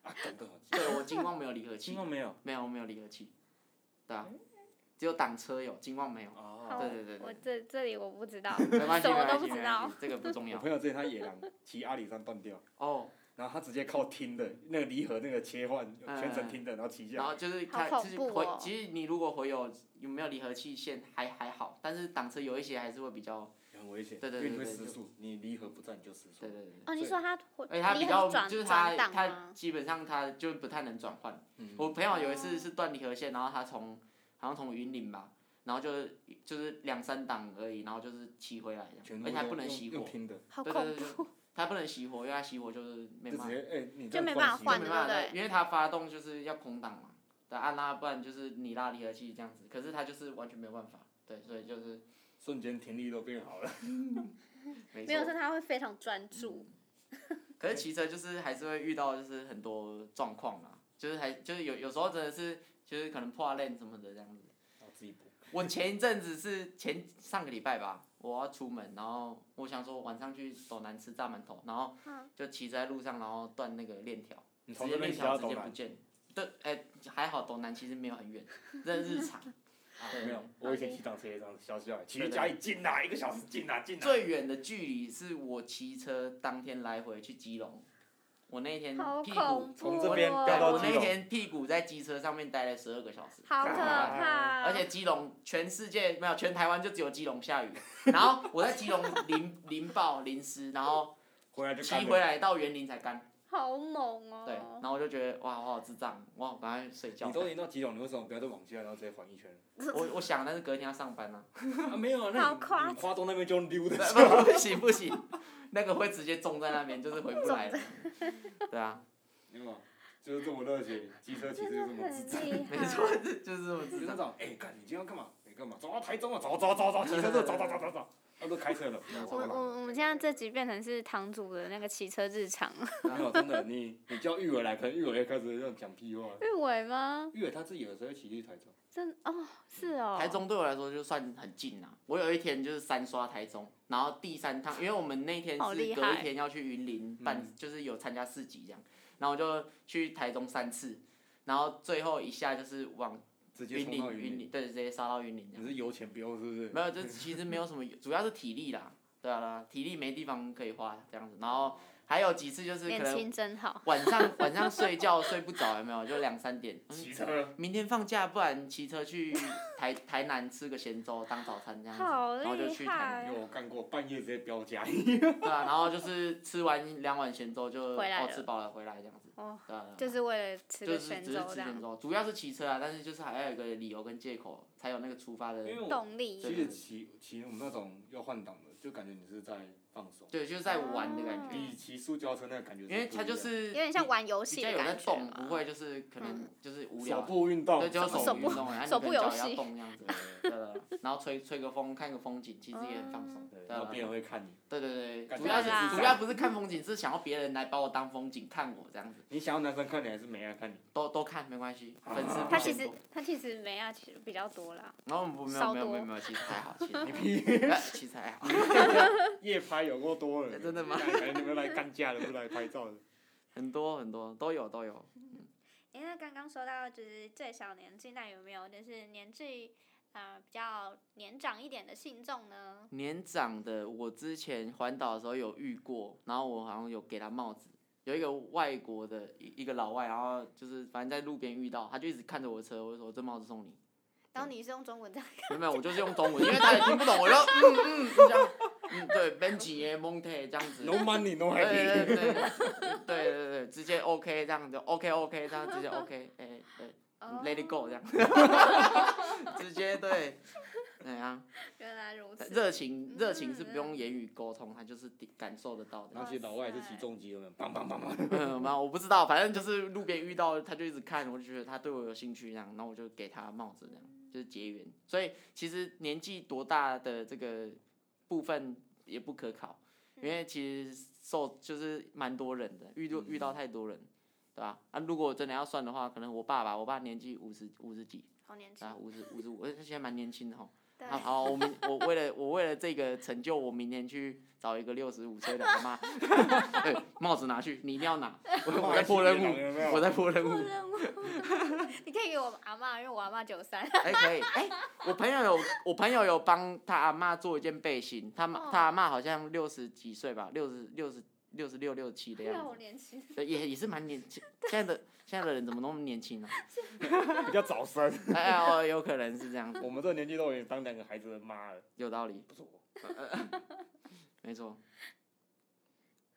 S1: 啊，真的好骑。
S3: 对我金光没有离合
S1: 听
S3: 器
S1: 过，没有？
S3: 没有我没有离合器，对啊，只有挡车有，金光没有。
S2: 好
S1: 哦。
S3: 对对对
S2: 我
S3: 对，
S2: 这这里我不知道，
S3: 没关系
S2: 什
S3: 没
S2: 么都
S3: 关
S2: 不
S3: 系
S2: 知
S3: 没
S2: 道
S3: 关系，这个不重
S1: 我
S3: 要。
S1: 朋友之前他野狼骑阿里山断掉，
S3: 哦，
S1: 然后他直接靠听的那个离合那个切换，全
S3: 嗯
S1: 程听的，然后骑
S3: 然
S1: 下。
S3: 后就是
S2: 好
S3: 它
S2: 恐
S3: 就是
S2: 怖
S3: 回
S2: 哦，
S3: 其实你如果回有有没有离合器线还还好，但是挡车有一些还是会比较，
S1: 很危险，
S3: 对对
S1: 因为你
S3: 对
S1: 会
S3: 对
S1: 失
S3: 就
S1: 速，你离合不在你就失速
S3: 对。对对。对
S2: 哦，你说他会
S3: 而且它比
S2: 离合
S3: 较
S2: 转
S3: 就是它
S2: 转档
S3: 它
S2: 吗？
S3: 基本上它就不太能转换。
S1: 嗯
S3: 我朋友有一
S2: 哦
S3: 次是断离合线，然后他从好像从云林吧，然后就是就是两三档而已，然后就是骑回来这
S1: 全
S3: 样，
S1: 部
S3: 而且还
S1: 都
S3: 不能
S1: 用
S3: 熄
S1: 用
S3: 火，
S1: 听的，
S2: 好
S3: 对
S2: 恐
S3: 对
S2: 怖
S3: 对，对，它不能熄火，因为它熄火就是没
S1: 就
S3: 办法
S1: 直接哎，你
S2: 就没办法换
S3: 没
S2: 的
S3: 办
S2: 对
S3: 法
S2: 不，对
S3: 因为它发动就是要空档嘛，对啊，那不然就是你拉离合器这样子，可是它就是完全没有办法，对，所以就是
S1: 瞬间听力都变好了。
S3: 没
S2: 没有说
S3: 错。
S2: 他会非常专注，
S3: 可是骑车就是还是会遇到就是很多状况啦，就是还就是有有时候真的是就是可能破链什么的这样子。
S1: 然后自己补。
S3: 我前一阵子是前上个礼拜吧，我要出门，然后我想说晚上去斗南吃炸馒头，然后
S2: 嗯
S3: 就骑在路上，然后断那个链条。
S1: 你
S3: 直
S1: 从
S3: 接
S1: 这
S3: 链
S1: 边骑到
S3: 条直
S1: 东
S3: 接不
S1: 南，
S3: 见。对，哎、还好斗南其实没有很远，这是日常。
S1: 啊
S3: 对
S1: 没有，我以前骑单车也这样子，小时候骑去
S3: 对对
S1: 家里近啊，一个小时近啊近啊。
S3: 最远的距离是我骑车当天来回去基隆，我那一天
S2: 好
S3: 屁
S2: 恐
S3: 股，
S2: 怖
S1: 从
S2: 哦！
S1: 这边
S3: 对
S1: 飙到
S3: 我
S1: 基
S3: 那一
S1: 隆
S3: 天屁股在机车上面待了十二个小时。
S2: 好可怕！
S3: 而且基隆全世界没有，全台湾就只有基隆下雨， 然后我在基隆淋淋爆淋湿，然后
S1: 回来就
S3: 骑
S1: 干了
S3: 回来到园林才干，
S2: 好猛
S3: 对，
S2: 哦！
S3: 然后我就觉得哇，我好智障，我好赶快睡觉
S1: 你。都已经到基隆，你为什么不要再往下，然后直接环一圈？
S3: 我我想，但是隔天要上 班啊，
S1: 啊，没有，
S2: 好
S1: 那
S2: 夸
S1: 你你花东那边就溜达。
S3: 不不不行不行，那个会直接种在那边，就是回不来 了。对啊，
S1: 你 有没有？就是这么热血，机车骑车
S2: 真
S1: 就这
S2: 的
S1: 么智障。
S2: 很厉
S3: 没错
S2: 害，，
S3: 这就是这么
S1: 就是
S3: 智
S1: 那
S3: 障。
S1: 种，哎，干，你今天要干嘛？你干嘛？走到台中啊，走走走走，骑车走走走走走，他都开车了。没有
S2: 我我我们现在这集变成是堂主的那个骑车日常，
S1: 没有，真的，你你叫玉伟来，可能玉伟也开始这样讲屁话。
S2: 玉伟吗？
S1: 玉伟他自己有时候会骑去台中，
S2: 真哦，是哦。
S3: 台中对我来说就算很近啦、我有一天就是三刷台中，然后第三趟，因为我们那天
S2: 好
S3: 是
S2: 厉害嗯
S3: 隔一天要去云林办，就是有参加市集这样，然后我就去台中三次，然后最后一下就是往
S1: 直接
S3: 云
S1: 冲到
S3: 林
S1: 云
S3: 云
S1: 林。
S3: 林，对，直接杀到云林这
S1: 你
S3: 样。
S1: 是油钱彪是不是？
S3: 没有，这其实没有什么，主要是体力啦，对啊，对啊体力没地方可以花这样子，然后还有几次就是可
S2: 年
S3: 能
S2: 轻真好，
S3: 晚上晚上睡觉 睡不着，有没有？就两三点，嗯
S1: 骑车。
S3: 明天放假，不然骑 车去台台南吃个咸粥当早餐这样子，
S2: 好
S3: 然后就
S2: 厉
S3: 去台
S1: 因
S2: 害
S1: 为！我干过半夜直接飙加，
S3: 南，对啊，然后就是吃完两碗咸粥就
S2: 回来了
S3: 哦吃饱了回来这样子，
S2: 哦
S3: 对啊，对
S2: 就
S3: 啊
S2: 是为了吃
S3: 就
S2: 个
S3: 是
S2: 泉
S3: 只是
S2: 州这
S3: 吃咸
S2: 样，
S3: 粥，主要是骑车啊，但是就是还要有一个理由跟借口，才有那个出发的
S1: 因，为我
S2: 动力
S1: 其实骑骑我们那种要换挡的，就感觉你是在放松，
S3: 对，就是在玩的感觉，
S1: 比骑塑胶车那个感觉。
S3: 嗯因为它就。是
S2: 有点像玩游戏
S3: 比较
S2: 的
S3: 有在
S2: 感觉啊
S3: 动，
S2: 嘛。
S3: 不会就是可能就是无聊啊
S1: 手，部运动，
S3: 对，就
S2: 手
S3: 手
S2: 部
S3: 运动，然后
S2: 手
S3: 你可
S2: 部
S3: 能
S2: 游
S3: 脚
S2: 戏
S3: 要动这样子，对啊对对然后吹吹个风，看个风景，其实也很放松，
S1: 对
S3: 对，
S1: 然后
S3: 对
S1: 别人会看你，
S3: 对对对，
S1: 感
S3: 主
S1: 觉
S3: 要
S2: 是自
S3: 是
S2: 杀
S3: 主要不是看风景，是想要别人来把我当风景看我这样子，
S1: 你想要男生看你还是没人看你？
S3: 都都看没关系，粉丝不
S2: 啊他其
S3: 嫌
S2: 实
S3: 多
S2: 他其实没啊，其实比较多啦。
S3: 然后不没
S2: 稍
S3: 有没有
S2: 多
S3: 没有没有，其实还好， 其实
S1: 你
S3: 还好
S1: 屁！
S3: 呃其实还好，
S1: 夜拍有够多了，
S3: 哎真的吗
S1: 来来你们来干架的，不来拍 照的。
S3: 很多很多都有都有，
S2: 诶，那刚刚说到就是最小年纪，那有没有就是年纪啊、呃比较年长一点的信众呢？
S3: 年长的我之前环岛的时候有遇过，然后我好像有给他帽子。有一个外国的一一个老外，然后就是反正在路边遇到，他就一直看着我的车，我就说这帽子送你。
S2: 然后你是用中文这样，
S3: 没有没有，我就是用中文，因为他也听不懂，我就嗯嗯这样，嗯对，Benji 耶 Monte 这样子。
S1: No money, no
S3: 对
S1: happy。
S3: 对对对对对对，直接 OK 这样子，OK OK 这样直接 OK，哎、哎、
S2: 哦
S3: l e t it go 这样，直接对，哎呀、
S2: 原来如此。
S3: 呃热情热情是不用言语沟通，他就是感受得到的。
S1: 那些老外是骑重机的，有没有棒棒棒棒。
S3: 嗯，没有，我不知道，反正就是路边遇到，他就一直看，我就觉得他对我有兴趣这样，然后我就给他帽子这样，就是结缘。所以其实年纪多大的这个部分也不可考，因为其实受就是蛮多人的，遇到遇到太多人，对吧、啊？如果真的要算的话，可能我爸爸，我爸年纪五十五十几，
S2: 好年轻
S3: 啊，，五十五十五，他现在蛮年轻的哈。
S2: 对，
S3: 好，好，我明我为了我为了这个成就，我明天去找一个六十五岁的阿妈， 对，帽子拿去，你一定要拿， 我我在破任务，
S1: 有没有
S3: 我在破任
S2: 做
S3: 务，
S2: 任务。哦 你可以给我阿嬷，因为我阿嬷九三。
S3: 哎、可以，哎、我朋友有我朋友有帮他阿妈做一件背心，他妈
S2: 哦
S3: 他阿妈好像六十几岁吧，六十六十六十六六七 的样
S2: 好
S3: 子
S2: 年轻，，
S3: 对也也是蛮年轻，现在的现在的人怎么那么年轻呢、
S1: 比较早生。
S3: 哎哎，哦，有可能是这样子，
S1: 我们这个年纪都已经当两个孩子的妈了，
S3: 有道理。
S1: 不错。
S3: 没错。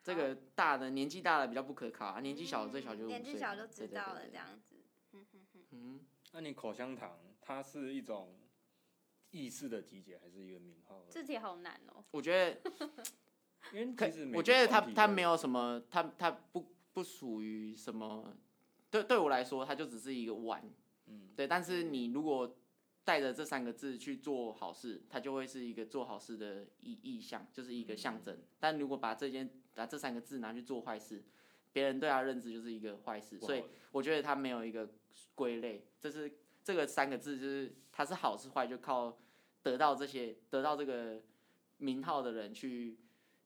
S3: 这个大的年纪大的比较不可靠啊，年纪小的最小就
S2: 哦嗯
S3: 是五岁嘛。
S2: 年纪小就知
S3: 对
S2: 道了
S3: 对对
S2: 这
S3: 对
S2: 样子。嗯哼哼，
S3: 嗯，
S1: 那你口香糖，它是一种意识的集结，还是一个名号？
S2: 字体好难哦。
S3: 我觉得，
S1: 因为
S3: 可
S1: 其实每个
S3: 我觉得他
S1: 团体
S3: 他
S1: 都
S3: 没有什么，他他不不属于什么，对对我来说，他就只是一个玩。
S1: 嗯
S3: 对，但是你如果带着这三个字去做好事，它就会是一个做好事的意意向，就是一个
S1: 嗯
S3: 象征。但如果把这件把这三个字拿去做坏事，别人对他认知就是一个坏事，
S1: 不好
S3: 所以我觉得它没有一个归类，这是这个三个字就是它是好是坏，就靠得到这些得到这个名号的人去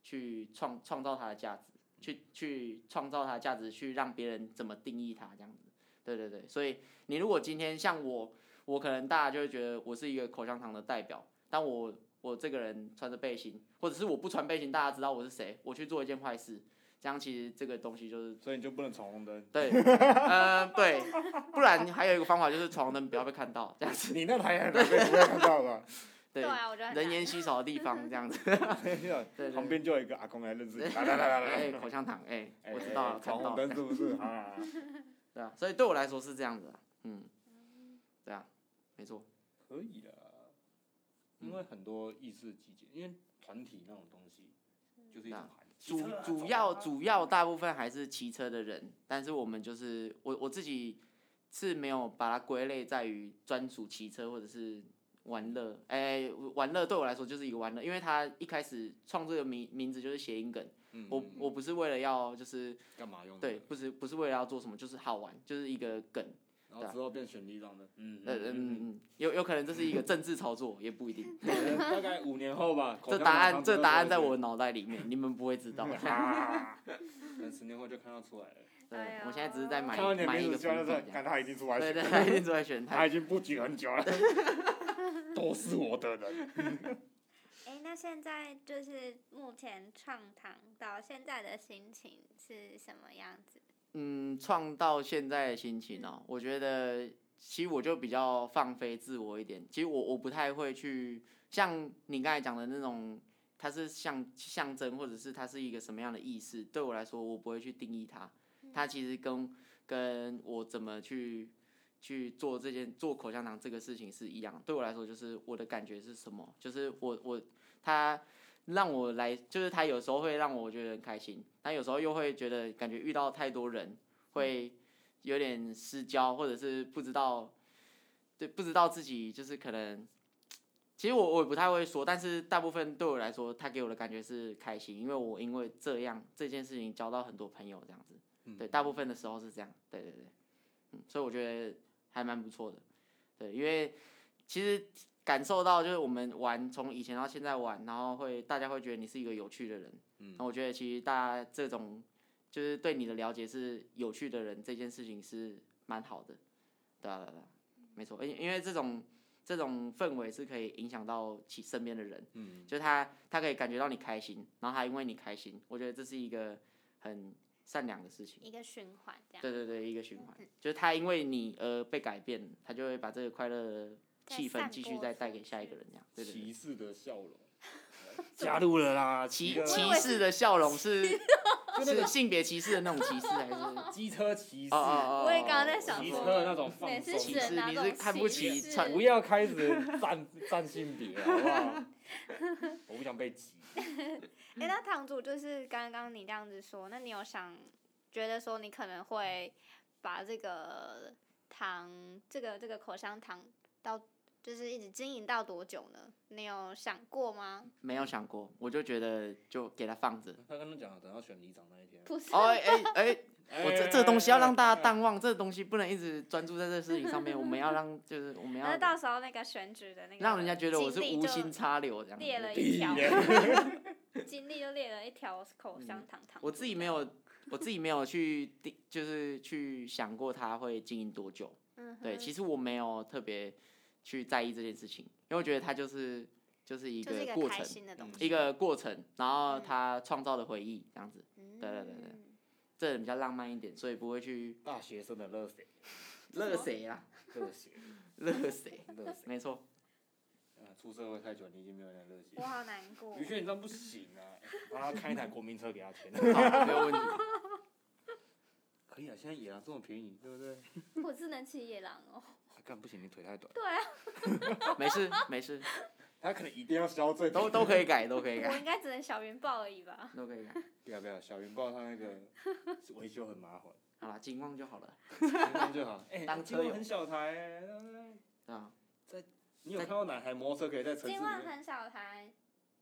S3: 去创创造它的价值，去去创造它的价值，去让别人怎么定义它这样子。对对对，所以你如果今天像我，我可能大家就会觉得我是一个口香糖的代表，但我我这个人穿着背心，或者是我不穿背心，大家知道我是谁，我去做一件坏事，这样其实这个东西就是
S1: 所以你就不能闯红 灯。
S3: 对，呃，对，不然还有一个方法就是闯红灯不要被看到，这样子，
S1: 你那台 很难被不会看到 吧？
S3: 对，
S2: 啊，我觉得很
S3: 人
S2: 难
S3: 烟稀少的地方这样子， 对对
S1: 旁边就有一个阿公来认识你， 来来来来来，
S3: 哎，口香糖，哎，
S1: 哎
S3: 我知道了，看
S1: 闯
S3: 到
S1: 红
S3: 了，
S1: 灯是不 是啊？
S3: 对啊，所以对我来说是这样子啊，嗯，对啊，没错，
S1: 可以的，因为很多意识集结，因为团体那种东西就是一种喊
S3: 主
S1: 啊
S3: 主要主要大部分还是骑车的人，但是我们就是我我自己是没有把它归类在于专属骑车或者是玩乐，哎、玩乐对我来说就是一个玩乐，因为他一开始创这个名名字就是谐音梗，
S1: 嗯
S3: 我我不是为了要就是
S1: 干嘛用的？
S3: 对，不是不是为了要做什么，就是好玩，就是一个梗，
S1: 然后之后变选立让的，嗯
S3: 呃啊嗯，嗯，有有可能这是一个政治操作，也不一定，
S1: 嗯大概五年后吧。
S3: 这答案这答案在 我脑袋里面，你们不会 知道。
S1: 啊，等十年后就看到出来了。
S3: 对
S2: 哎呀，
S3: 我现在只是在买
S1: 看到你的
S3: 买一
S1: 名
S3: 个
S1: 字，
S3: 福
S1: 就在
S3: 利
S1: 这，看他已经出来
S3: 对
S1: 选
S3: 对，
S1: 了，
S3: 他一定都在选
S1: 他
S3: 他。
S1: 已经布局很久了， 都是我的人。
S2: 哎、那现在就是目前创堂到现在的心情是什么样子？
S3: 嗯，创到现在的心情哦，我觉得其实我就比较放飞自我一点。其实我我不太会去像你刚才讲的那种，它是象象征或者是它是一个什么样的意思，对我来说我不会去定义它。它其实跟跟我怎么去去做这件做口香糖这个事情是一样。对我来说，就是我的感觉是什么，就是我我它。让我来，就是他有时候会让我觉得很开心，但有时候又会觉得感觉遇到太多人，会有点失焦，或者是不知道，对，不知道自己就是可能，其实我我也不太会说，但是大部分对我来说，他给我的感觉是开心，因为我因为这样这件事情交到很多朋友这样子，
S1: 嗯
S3: 对，大部分的时候是这样，对对对，嗯，所以我觉得还蛮不错的，对，因为其实感受到就是我们玩从以前到现在玩，然后会大家会觉得你是一个有趣的人，
S1: 嗯
S3: 然后我觉得其实大家这种就是对你的了解是有趣的人这件事情是蛮好的，对啊对啊对啊，没错，因因为这种这种氛围是可以影响到其身边的人，
S1: 嗯，
S3: 就是他他可以感觉到你开心，然后他因为你开心，我觉得这是一个很善良的事情。
S2: 一个循环这样，
S3: 对对对，一个循环，就是他因为你而被改变，他就会把这个快乐的
S2: 再
S3: 气氛
S2: 散
S3: 继续
S2: 播
S3: 再
S2: 出
S3: 带给下一
S2: 去
S3: 个人，这样。对对对
S1: 骑士的笑容加入了啦，骑
S3: 歧
S1: 个
S3: 歧视的笑容是
S1: 就那
S3: 是
S1: 个
S3: 性别歧视的那种歧视还 是？哦
S1: 机车骑士
S3: 哦，哦！
S2: 我也
S3: 哦
S2: 刚刚在
S3: 哦
S2: 想
S1: 骑
S2: 说
S1: 车那种
S2: 哪
S1: 放
S2: 是
S1: 松
S3: 歧
S2: 人
S3: 视
S2: 啊
S3: 你
S2: 这
S3: 是
S2: 种
S3: 看不
S2: 歧
S3: 起
S2: 视
S3: 穿
S1: 不要开始占占性别，好不好？我不想被挤。
S2: 哎、那堂主就是刚刚你这样子说，那你有想觉得说你可能会把这个糖，这个这个口香糖到就是一直经营到多久呢？你有想过吗？
S3: 没有想过，我就觉得就给他 放着。
S1: 他刚刚讲了，等到选里长那一天，
S2: 不是，
S3: 哦哎哎哎，我这这个东西要让大家
S1: 当。
S3: 淡忘，这个东西不能一直专注在这事情上面，我们要让就是我们
S2: 那
S3: 要
S2: 到时候那个选举的那个
S3: 让人家觉得我是
S2: 经历
S3: 无
S2: 就
S3: 心插柳这样子。
S2: 列了一
S1: 屁
S2: 条
S1: 嘞
S2: 经历就列了一条口香糖糖。
S3: 嗯我自己没有，我自己没有去定，就是去想过它会经营多久。
S2: 嗯哼，
S3: 对，其实我没有特别去在意这件事情，因为我觉得它就是就是一
S2: 就是一
S3: 个
S2: 个
S3: 过
S2: 开
S3: 程，嗯
S2: 心的东西。
S3: 一个过程，然后
S2: 嗯
S3: 它创造的回忆这样子，
S2: 对
S3: 对对对对这人比较浪漫一点，所以不会去
S1: 大学生的热血，
S3: 乐谁
S1: 啊
S3: 啦，
S1: 热血，
S3: 乐谁，
S1: 热血。
S3: 没错，
S1: 呃，出社会太久，你已经没有那热血
S2: 我。好难 过
S1: 于。轩，你这样不行啊！让他开一台国民车给他钱。
S3: 好，没有问题。
S1: 可以啊，现在野狼这么便宜，对不对？
S2: 我是能骑野狼哦。
S1: 他干不行，你腿太短。
S2: 对啊，
S3: 没事没事，
S1: 他可能一定要消最
S3: 都都可以改，都可以
S2: 我
S3: 改，
S2: 应该只能小云豹而已 吧。
S3: 都可以改。
S1: 不要不要，小云豹他那个维修很麻烦，
S3: 好啦，金光就好了，
S1: 这样就好。哎，
S3: 当
S1: 你
S3: 车
S1: 今晚
S3: 友
S1: 很小台欸，对不对
S3: 对啊，
S1: 你有看到哪台摩托车可以在城市里
S2: 今晚
S1: 面？
S2: 很少 台。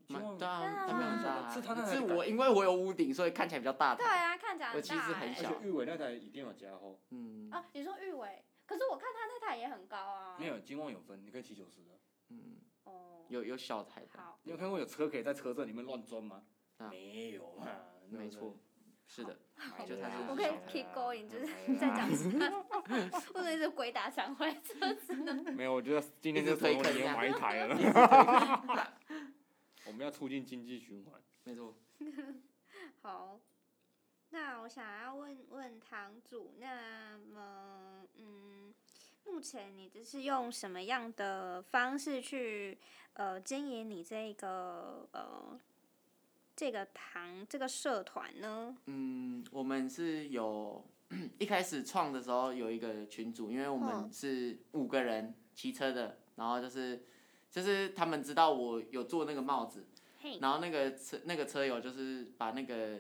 S1: 金旺
S3: 对啊，
S2: 对啊
S3: 他没有很大啊，
S1: 是他那台
S3: 是
S1: 改
S3: 我，因为我有屋顶，所以看起来比较大台。
S2: 对啊，看起来
S3: 我
S2: 很
S3: 其实
S2: 大
S3: 很
S2: 哎、
S1: 而
S3: 小
S1: 且玉伟那台一定有加厚，
S3: 嗯
S2: 啊，你说玉伟，可是我看他那台也很高啊。
S1: 没。有金旺有分，你可以骑九十的。
S3: 嗯，
S2: 哦。
S3: 有有小台的，
S2: 好。
S1: 你有看过有车可以在车阵里面乱钻吗？
S3: 啊
S1: 没有嘛，对不对
S3: 没错，是的，
S1: 买
S3: 就
S1: 了
S3: 他
S1: 啊
S3: 是
S2: 我可以 keep going，就是
S3: 哎
S1: 买
S2: 再
S1: 了啊
S2: 讲其他，或者是鬼打墙会车子呢？
S1: 没有，我觉得今天
S3: 一直
S1: 这讨论
S3: 推
S1: 已
S3: 坑
S1: 经
S3: 这样
S1: 买一台了。 我们要促进经济循环。
S3: 没错，
S2: 好，那我想要问问堂主，那么嗯，目前你这是用什么样的方式去呃经营你这个呃这个堂这个社团呢？
S3: 嗯，我们是有一开始创的时候有一个群组，因为我们
S2: 嗯
S3: 是五个人骑车的，然后就是就是他们知道我有做那个帽子，
S2: 嘿，
S3: 然后那个车那个车友就是把那个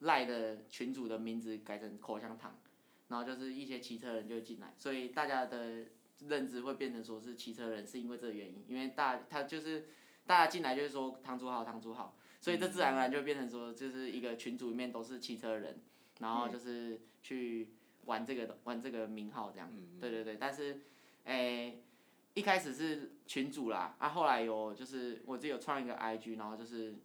S3: 赖的群主的名字改成口香糖，然后就是一些骑车人就会进来，所以大家的认知会变成说是骑车人，是因为这个原因，因为大他就是大家进来就是说堂主好，堂主好，所以这自然而然就变成说就是一个群组里面都是骑车人，然后就是去玩这个玩这个名号这样。
S1: 嗯
S3: 对对对，但是，诶、一开始是群主啦，啊，后来有就是我自己有创一个 IG，然后就是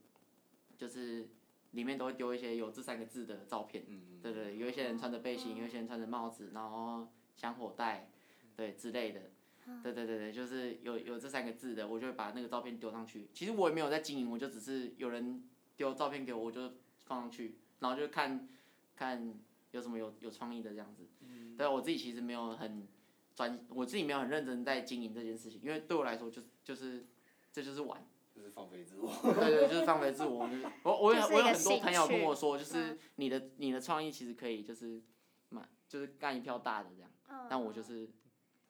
S3: 就是里面都会丢一些有这三个字的照片，
S1: 嗯
S3: 对对，有一些人穿着背心，有一些人穿着帽子，然后香火袋，对之类的，
S1: 嗯
S3: 对对对对，就是有有这三个字的，我就会把那个照片丢上去。其实我也没有在经营，我就只是有人丢照片给我，我就放上去，然后就看看有什么有有创意的这样子。
S1: 嗯
S3: 对啊，我自己其实没有很专，我自己没有很认真在经营这件事情，因为对我来说就就是这就是玩。
S4: 就是放飞自我。
S3: 对对，就是放飞自我。就是我我有
S2: 就是一
S3: 我有
S2: 个
S3: 很多
S2: 兴
S3: 朋友跟
S2: 趣
S3: 我说，就是
S2: 嗯
S3: 你的你的创意其实可以就是嘛，就是干一票大的这样。但我就
S2: 嗯
S3: 是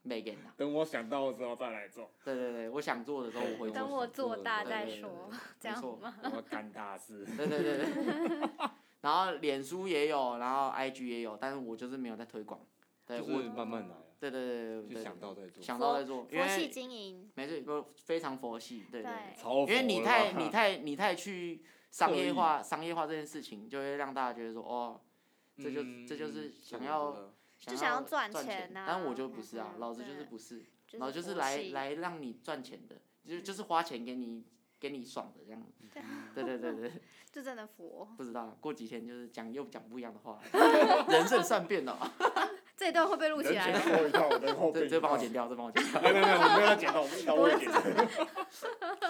S3: 没给他。
S1: 等我想到之后再来做，
S3: 对对对，我想做的时候我会
S2: 等我
S3: 做。
S2: 做大
S3: 对
S2: 再
S3: 对对
S2: 说
S3: 对，
S2: 这
S3: 没
S2: 样
S3: 错
S2: 吗？
S1: 我干大事。
S3: 对对对对。 然后脸书也有，然后 IG 也有，但是我就是没有在推广。对，
S1: 就
S3: 我
S1: 是慢慢来啊，
S3: 对对对对
S1: 就
S3: 对，
S1: 想到再做。
S3: 想到在做，因
S2: 佛系
S3: 为
S2: 经营，
S3: 没事，不非常佛系，对对。
S2: 对，
S1: 超
S3: 因为
S1: 佛
S3: 你
S1: 了
S3: 太
S1: 吧
S3: 你太你太去商
S1: 刻
S3: 业
S1: 意
S3: 化商业化这件事情，就会让大家觉得说哦，这就
S1: 嗯
S3: 这就是
S1: 嗯
S3: 想
S1: 差不
S3: 要
S1: 多了
S2: 就想要
S3: 赚
S2: 赚钱啊
S3: 但我就不是啊，
S2: 嗯
S3: 老子就是
S2: 对
S3: 不是，
S2: 就
S3: 老子就是
S2: 佛
S3: 来
S2: 系，
S3: 来让你赚钱的，就就是花钱给你给你爽的这样。
S2: 啊
S3: 对对对 对，
S2: 就真的佛。
S3: 不知道过几天就是讲又讲不一样的话， 人生善变了，啊
S2: 这一段会被 录起来
S4: 人
S2: 吗？
S4: 前说一套，人后背
S3: 这
S4: 一
S3: 这帮我
S4: 套
S3: 剪掉，这帮我剪掉。
S1: 没有没有没有，我没有剪到，我不知道我有剪到，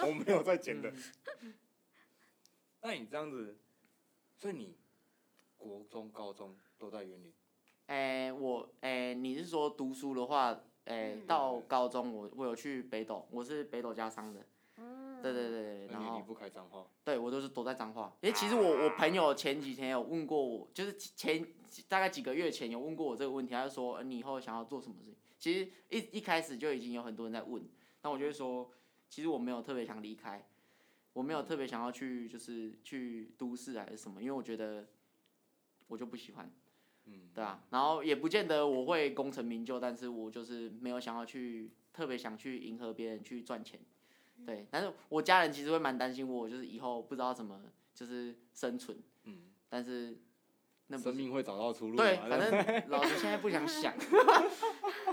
S1: 我没有在剪的。
S3: 嗯
S1: 那你这样子，所以你国中、高中都在园林，
S3: 哎、我哎、你是说读书的话，哎、
S2: 嗯
S3: 到高中我我有去北斗，我是北斗家商的，
S2: 嗯，
S3: 对对对，
S1: 那
S3: 然
S1: 你
S3: 后
S1: 离不开彰化。
S3: 对我都是躲在彰化。诶，其实我我朋友前几天有问过我，就是前大概几个月前有问过我这个问题，他就说、呃你以后想要做什么事情。其实一一开始就已经有很多人在问，那我就会说，其实我没有特别想离开，我
S1: 嗯
S3: 没有特别想要去就是去都市还是什么，因为我觉得我就不喜欢，
S1: 嗯，
S3: 对啊，然后也不见得我会功成名就，但是我就是没有想要去特别想去迎合别人去赚钱，对。但是我家人其实会蛮担心我，就是以后不知道怎么就是生存，
S1: 嗯，
S3: 但是那不
S1: 生命会找到出路嘛。
S3: 对，反正老子现在不想想。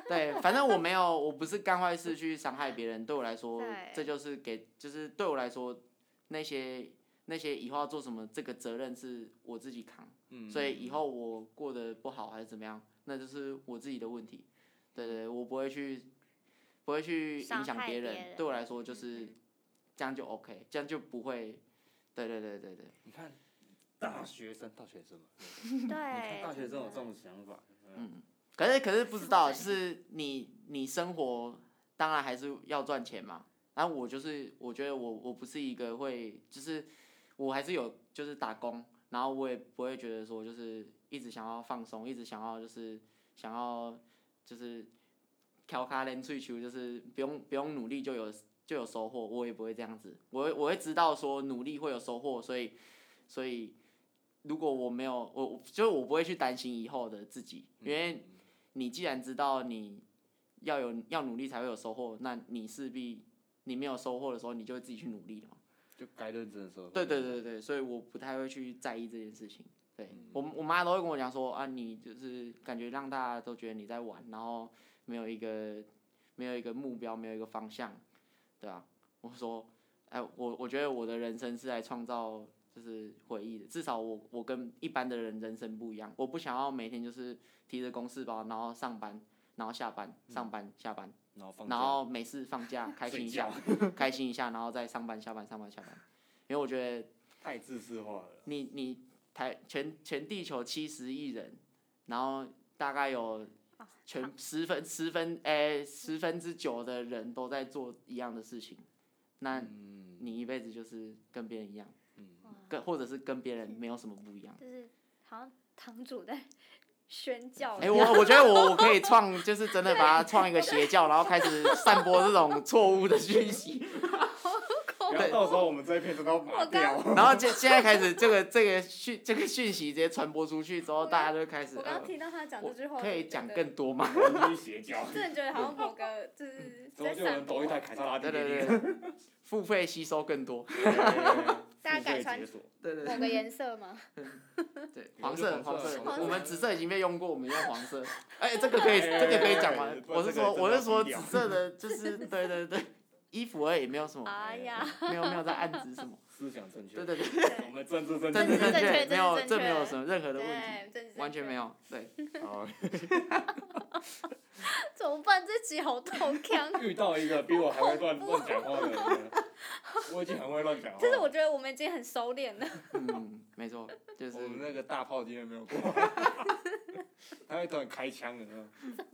S3: 对，反正我没有，我不是干坏事去伤害别人。对我来说
S2: 对，
S3: 这就是给，就是对我来说，那些那些以后要做什么，这个责任是我自己扛。
S1: 嗯
S3: 所以以后我过得不好还是怎么样，那就是我自己的问题。对对，对我不会去，不会去影
S2: 伤
S3: 响
S2: 害
S3: 别人。
S2: 别人
S3: 对我来说就
S2: 嗯
S3: 是
S2: 嗯
S3: 这样就 OK，这样就不会。对对对对对，
S1: 你看大学生，大学生嘛，
S2: 嗯对，
S1: 你看大学生有这种想法，嗯，
S3: 嗯，可是可是不知道，
S2: 对
S3: 就是你你生活当然还是要赚钱嘛。然后我就是我觉得我我不是一个会，就是我还是有就是打工，然后我也不会觉得说就是一直想要放松，一直想要就是想要就是调卡连追求，就是不用不用努力就有就有收获，我也不会这样子。我会我会知道说努力会有收获，所以所以如果我没有我我就是我不会去担心以后的自己，因为你既然知道你要有要努力才会有收获，那你势必你没有收获的时候，你就会自己去努力了嘛。
S1: 就该认真的时候。
S3: 对对对对，所以我不太会去在意这件事情。对
S1: 嗯
S3: 我我妈都会跟我讲说啊，你就是感觉让大家都觉得你在玩，然后没有一个没有一个目标，没有一个方向，对啊，我说，哎，我我觉得我的人生是来创造就是回忆的。至少我我跟一般的人人生不一样，我不想要每天就是提着公事包，然后上班，然后下班，上班下班，
S1: 然后放
S3: 然
S1: 假，
S3: 后没事放假开心一
S1: 睡觉
S3: 下，开心一下，然后再上班下班上班下班。因为我觉得
S1: 太自私化了。
S3: 你你台全全地球七十亿人，然后大概有
S2: 啊
S3: 全十分十分诶、十分之九的人都在做一样的事情，那
S1: 嗯，
S3: 你一辈子就是跟别人一样，
S2: 哇
S3: 跟或者是跟别人没有什么不一样。
S2: 就是好像堂主在宣教
S3: 哎、
S2: 一样。
S3: 我我觉得我我可以创，就是真的把它创一个邪教，然后开始散播这种错误的讯息。
S1: 然后到时候我们这一片都要拔
S2: 我刚
S1: 掉。
S3: 然后现现在开始，这个这个讯这个讯息直接传播出去之后，大家就开始
S2: 我刚刚
S3: 呃，
S2: 听到他讲这句话，
S3: 我可以讲更
S2: 多，
S3: 多吗？
S1: 文艺邪 教，
S2: 真的觉得好像某个就是
S1: 之后
S2: 在
S1: 就有人
S2: 散
S1: 抖
S2: 播
S1: 一，台凯撒拉蒂
S3: 对
S1: 给
S3: 对
S1: 你，
S3: 对， 付费吸收更多。
S1: 对对对对
S2: 大家 改
S1: 付费
S2: 穿
S1: 解锁
S3: 对对
S2: 某个颜色吗？
S3: 对，
S1: 以后
S3: 黄
S1: 就黄
S3: 色黄
S1: 色
S3: 色
S1: 黄，色
S3: 我们紫色已经被用过，我们用黄色。哎，这个可以这个可以讲吗
S1: 哎？不然
S3: 我是
S1: 这个真
S3: 说
S1: 的
S3: 我
S1: 要
S3: 是说
S1: 低
S3: 紫
S1: 调
S3: 色的，就是对对对，衣服而已，没有什么，
S2: 哎呀，
S3: 没有没有在暗指什么。
S1: 思想正确
S3: 对，对对，
S2: 哎
S1: 我们政治正
S3: 政
S2: 治
S3: 治
S2: 正
S3: 正
S2: 确
S3: 确，
S2: 政治
S3: 没
S2: 正
S3: 有这没有
S2: 确
S3: 什么任何的问题，
S2: 对，真是
S3: 完全没
S2: 有。
S3: 有。对，
S1: 好，
S2: 怎么办？这集好头 腔。
S1: 遇到一个比我还会乱乱讲话的人了，我已经很会乱讲话了。
S2: 就是我觉得我们已经很收敛 了。
S3: 嗯，没错，就
S1: 我们
S3: 是
S1: 那个大炮今天没有 过，他会突然开枪的那种。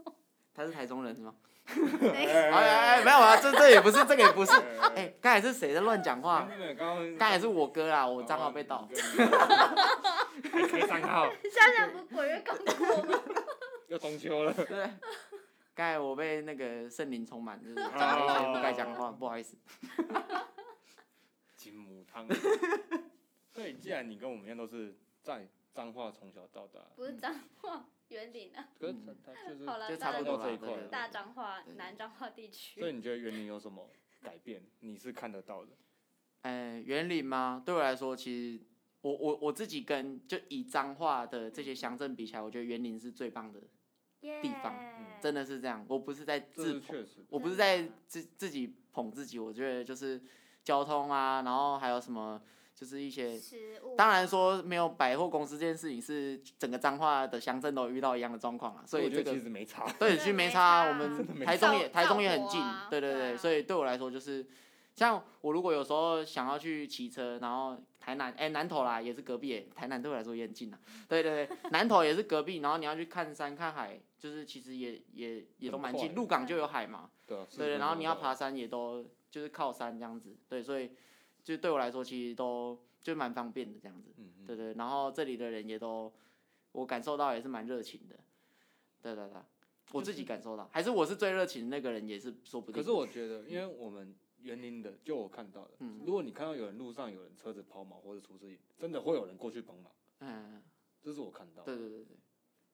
S3: 他是台中人是吗？
S2: 对
S3: 哎哎，哎没有啊，这这也不是，这个也不是。
S1: 哎，
S3: 哎，刚才是谁在乱讲话？
S1: 没有，刚
S3: 刚
S1: 刚
S3: 才是我哥啊，我账号被盗。，
S1: 还可以上号，
S2: 想想不鬼月刚过吗？
S1: 要中秋了。
S3: 对， 刚才我被那个圣灵充满，就是讲了一些不该讲的话，不好意思。
S1: 金母汤。所以既然你跟我们一样都是在彰化从小到大，
S2: 不是脏话，园林啊，
S1: 可是他他嗯就是
S2: 好了
S3: 就差不多
S1: 这一
S3: 啦
S1: 块
S3: 对
S1: 了
S3: 对
S2: 大彰化、
S3: 对
S2: 南彰化地
S1: 所以
S2: 区。
S1: 你觉得园林有什么改变？你是看得到的。
S3: 呃，园林吗？对我来说，其实我我我自己跟就以彰化的这些乡镇比起来，我觉得园林是最棒的，地方
S2: 耶
S3: 真的是这样。我不是在
S1: 嗯这
S3: 自
S1: 是确实，
S3: 我不是
S2: 真的
S3: 在自自己捧自己，我觉得就是交通啊，然后还有什么就是一些。
S2: 食物。
S3: 当然说没有百货公司这件事情是整个彰化的乡镇都遇到一样的状况啊，所
S1: 我
S3: 以
S1: 觉
S3: 这
S1: 得
S3: 个
S1: 其实没 差。
S3: 对，
S2: 真
S3: 其
S2: 的
S3: 实没
S2: 没
S3: 差啊，
S2: 差
S3: 我
S2: 啊
S1: 真的没
S3: 们台中也
S2: 照
S3: 台中也
S2: 照
S3: 很
S2: 顾
S3: 近
S2: 啊，
S3: 对对
S2: 对
S3: 对，
S2: 啊
S3: 所以对我来说就是，像我如果有时候想要去骑车，然后台南哎、南投啦也是隔壁耶，台南对我来说也很近啊，对对对，南投也是隔壁，然后你要去看山看海，就是其实也也也都
S1: 很
S3: 蛮
S1: 快
S3: 近，鹿港就有海嘛，
S1: 对啊，
S3: 对对，然后你要爬
S1: 爬，
S3: 山也都就是靠山这样子，对，所以就对我来说其实都就蛮方便的这样子。
S1: 嗯嗯
S3: 对对，然后这里的人也都，我感受到也是蛮热情的，对对对，我自己感受到，还是我是最热情的那个人，也是说不定。
S1: 可嗯是我觉得，因为我们园林的，就我看到的，
S3: 嗯
S1: 如果你看到有人路上有人车子抛锚或者出事，真的会有人过去帮忙，
S3: 嗯，
S1: 这是我看到的。
S3: 对对对对，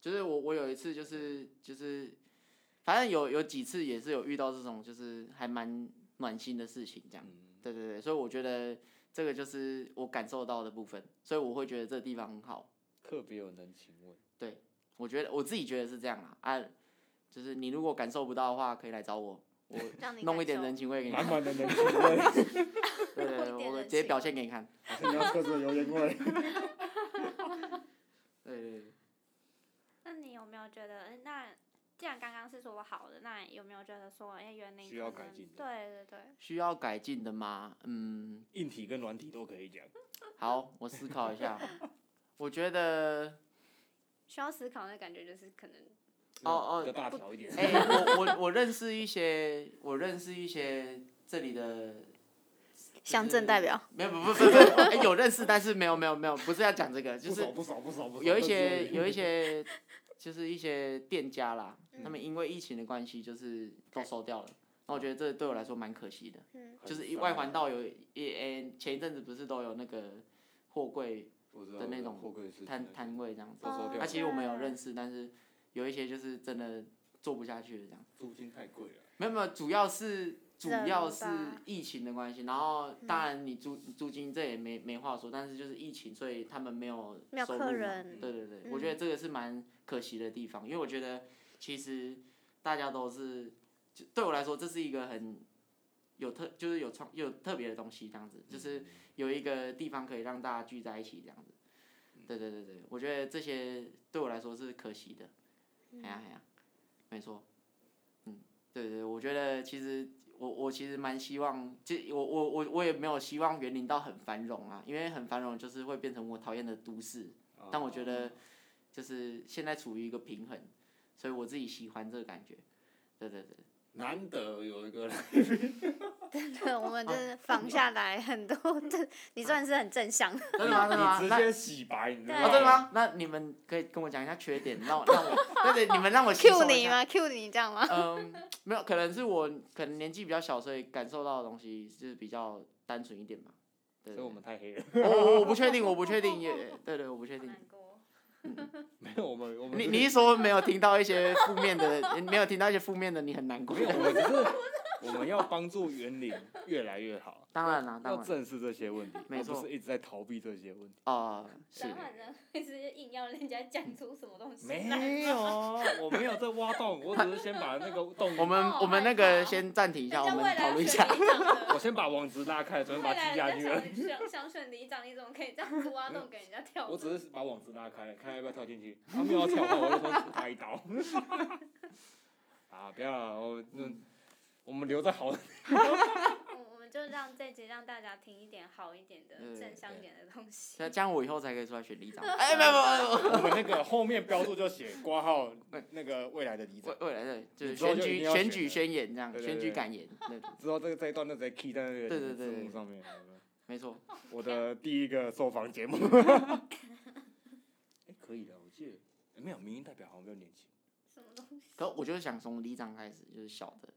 S3: 就是我我有一次就是就是，反正有有几次也是有遇到这种就是还蛮暖心的事情这样。
S1: 嗯，
S3: 对对对，所以我觉得这个就是我感受到的部分，所以我会觉得这地方很好。
S1: 特别有人情味。
S3: 我觉得我自己觉得是这样啦，啊，就是你如果感受不到的话，可以来找我，我
S2: 让你
S3: 弄
S2: 感
S3: 一点
S2: 受
S3: 人情味 给 你。
S1: 满满的人情味，
S3: 对
S2: 多
S3: 对
S2: 一
S3: 对，
S2: 点
S3: 我
S2: 人
S3: 直接
S2: 情
S3: 表
S2: 味
S3: 现给你看。
S1: 还是你要车子的油烟味？
S3: 对对对，
S2: 那你有没有觉得，呃那既然刚刚是说好的，那有没有觉得说，哎，园林
S1: 需要
S2: 可
S1: 改
S2: 能
S1: 进的
S2: 对对对，
S3: 需要改进的吗？嗯，
S1: 硬体跟软体都可以讲。
S3: 好，我思考一下。我觉得，
S2: 需要思考的感觉就是可能
S3: 哦哦
S1: 比较大条一点。
S3: 哎、我我我认识一些，我认识一些这里的，
S2: 乡镇代 表
S3: 没有不不不不，哎、有认识，但是没有没有没有，不是要讲这个，就
S1: 不
S3: 是
S1: 少不少不少不少。
S3: 有一些有一些，就是一些店家啦，他
S2: 嗯
S3: 们因为疫情的关系，就是都收掉了。那我觉得这对我来说蛮可惜的。
S2: 嗯，
S3: 就是一外
S1: 啊
S3: 环道有一诶、前一阵子不是都有那个货柜的那种摊摊位这样子，
S1: 都收
S3: 那、
S1: 掉
S3: 其实我们有
S2: 哦对
S3: 认识，但是有一些就是真的做不下去了这样。
S1: 租金太贵了，
S3: 没有没有，主要是主
S2: 人
S3: 要是
S2: 吧嗯
S3: 疫情的关系，然后当然你租租金这也没没话说，但是就是疫情，所以他们没有
S2: 没有
S3: 收入
S2: 客
S3: 嘛
S2: 人
S3: 对对对，
S2: 嗯
S3: 我觉得这个是蛮可惜的地方，因为我觉得其实大家都是，就对我来说这是一个很有特就是有创有特别的东西这样子，就是
S1: 嗯
S3: 有一个地方可以让大家聚在一起这样子。
S1: 嗯
S3: 对对对对，我觉得这些对我来说是可惜的。
S1: 嗯
S3: 哎呀哎呀，没错。嗯，对对，我觉得其实我我其实蛮希望，这我我我我也没有希望园林到很繁荣啊，因为很繁荣就是会变成我讨厌的都市。
S1: 啊
S3: 但我觉得就是现在处于一个平衡，所以我自己喜欢这个感觉。对对对。
S4: 难得有一 个人
S2: 真的，我们真的放下来很多， 这你算是很正向。
S3: 真的吗？真的吗？
S1: 你直
S3: 那
S1: 接洗白，你知道
S2: 对
S1: 吗？
S3: 哦，真的吗？那你们可以跟我讲一下缺点，让我让我，对对，你们让我吸
S2: Q
S3: 收一
S2: 你
S3: 下。
S2: 吗？Q 你这样 吗？
S3: 嗯，没有，可能是我可能年纪比较小，所以感受到的东西就是比较单纯一点吧。对，
S1: 所以我们太黑了。
S3: 对对我我我不确定，我不确定，也对对，我不确定。
S2: 过。
S1: 没有，我们我们
S3: 你
S1: 是
S3: 你一说没有听到一些负面的，没有听到一些负面的，你很难过
S1: 没。有，我们只 是我们要帮助园林越来越好，
S3: 当然啦，
S1: 要
S3: 当然。
S1: 正视这些问题，
S3: 没
S1: 而不
S3: 错
S1: 是一直在逃避这些问题。
S3: 哦，是。
S2: 人会直接硬要人家讲出什么东
S1: 没有，啊我没有在挖洞，我只是先把那个洞，
S3: 我们我们那
S2: 害
S3: 个
S2: 怕
S3: 先暂停一下，我们
S2: 人家
S3: 讨
S2: 未
S3: 论一
S2: 来
S3: 下。
S2: 选里长的
S1: 我先把网子拉开，准备把它踢下去了。嗯
S2: 去了。想想选里长，你怎么可以这样子挖洞给人家跳
S1: 我只是把网子拉开，看要不要跳进去。他没有要跳的话，我就 说他一刀。啊，不要了，我嗯，我们留在好的。
S2: 我我们就让这集让大家听一点好一点的、
S3: 嗯
S2: 正向一点的东西。
S3: 这样我以后才可以出来选里长。哎，没有没有没有。
S1: 我们那个后面标注就写挂号那个未来的里
S3: 未
S1: 长，
S3: 未来的就是
S1: 你之后
S3: 选
S1: 就一
S3: 举
S1: 定要
S3: 选
S1: 选
S3: 举
S1: 了
S3: 宣言这样，
S1: 对对
S3: 选举
S1: 对
S3: 感言，对，
S1: 之后这个这一段就直接 key 在那个
S3: 对对对
S1: 字
S3: 对
S1: 幕上面。
S3: 没错，
S1: 我的第一个受访节 目。哎，可以的，我记得哎没有民意代表好像比较年轻，
S2: 什么东西？
S3: 可我就是想从里长开始，就是小的，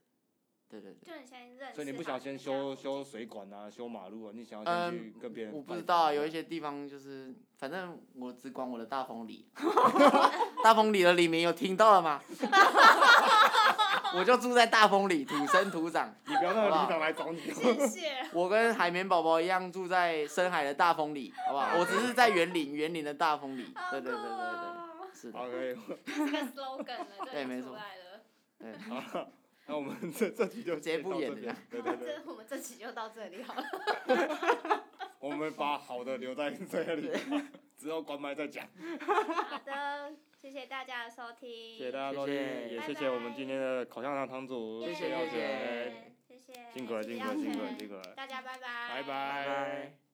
S3: 对对对。
S2: 就你先认识。
S1: 所以你不想先修？修水管啊，修马路啊，你想要先去
S3: 嗯
S1: 跟别人拜访？
S3: 我不知道，有一些地方就是，反正我只管我的大风里，大风里的李明有听到了吗？ 我就住在大风里，土生土长。
S1: 你不要让里长来找 你。
S2: 谢谢。
S3: 我跟海绵宝宝一样住在深海的大风里，好不好？我只是在园林，园林的大风里。
S2: 好
S3: 对对对
S2: 酷
S3: 对对，
S2: 哦
S3: 是
S1: 好，
S3: 的，
S1: 可以。
S2: 这是个 slogan 了，这
S3: 对没
S2: 已经
S3: 错
S2: 出来了。
S3: 对，
S1: 好，那我们这这集就
S3: 直接
S1: 先
S3: 不
S1: 到
S3: 演
S1: 这
S3: 了
S1: 边
S3: 啦
S1: 对
S2: 好
S1: 对对，
S2: 这我们这期就到这里好了。
S1: 我们把好的留在这里， 之后关麦再讲。
S2: 好的，谢谢大家的收听。
S1: 谢谢大家收听，
S3: 谢谢
S1: 也
S2: 拜
S1: 谢谢
S2: 拜
S1: 我们今天的口香糖堂主，
S3: 谢谢
S1: 谢
S3: 谢
S1: 谢，
S2: 谢谢，
S1: 辛苦了，
S2: 谢谢
S1: 辛苦了，
S2: 耀
S1: 辛苦了
S2: 全，
S1: 辛苦了，
S2: 大家拜拜，
S1: 拜
S3: 拜拜。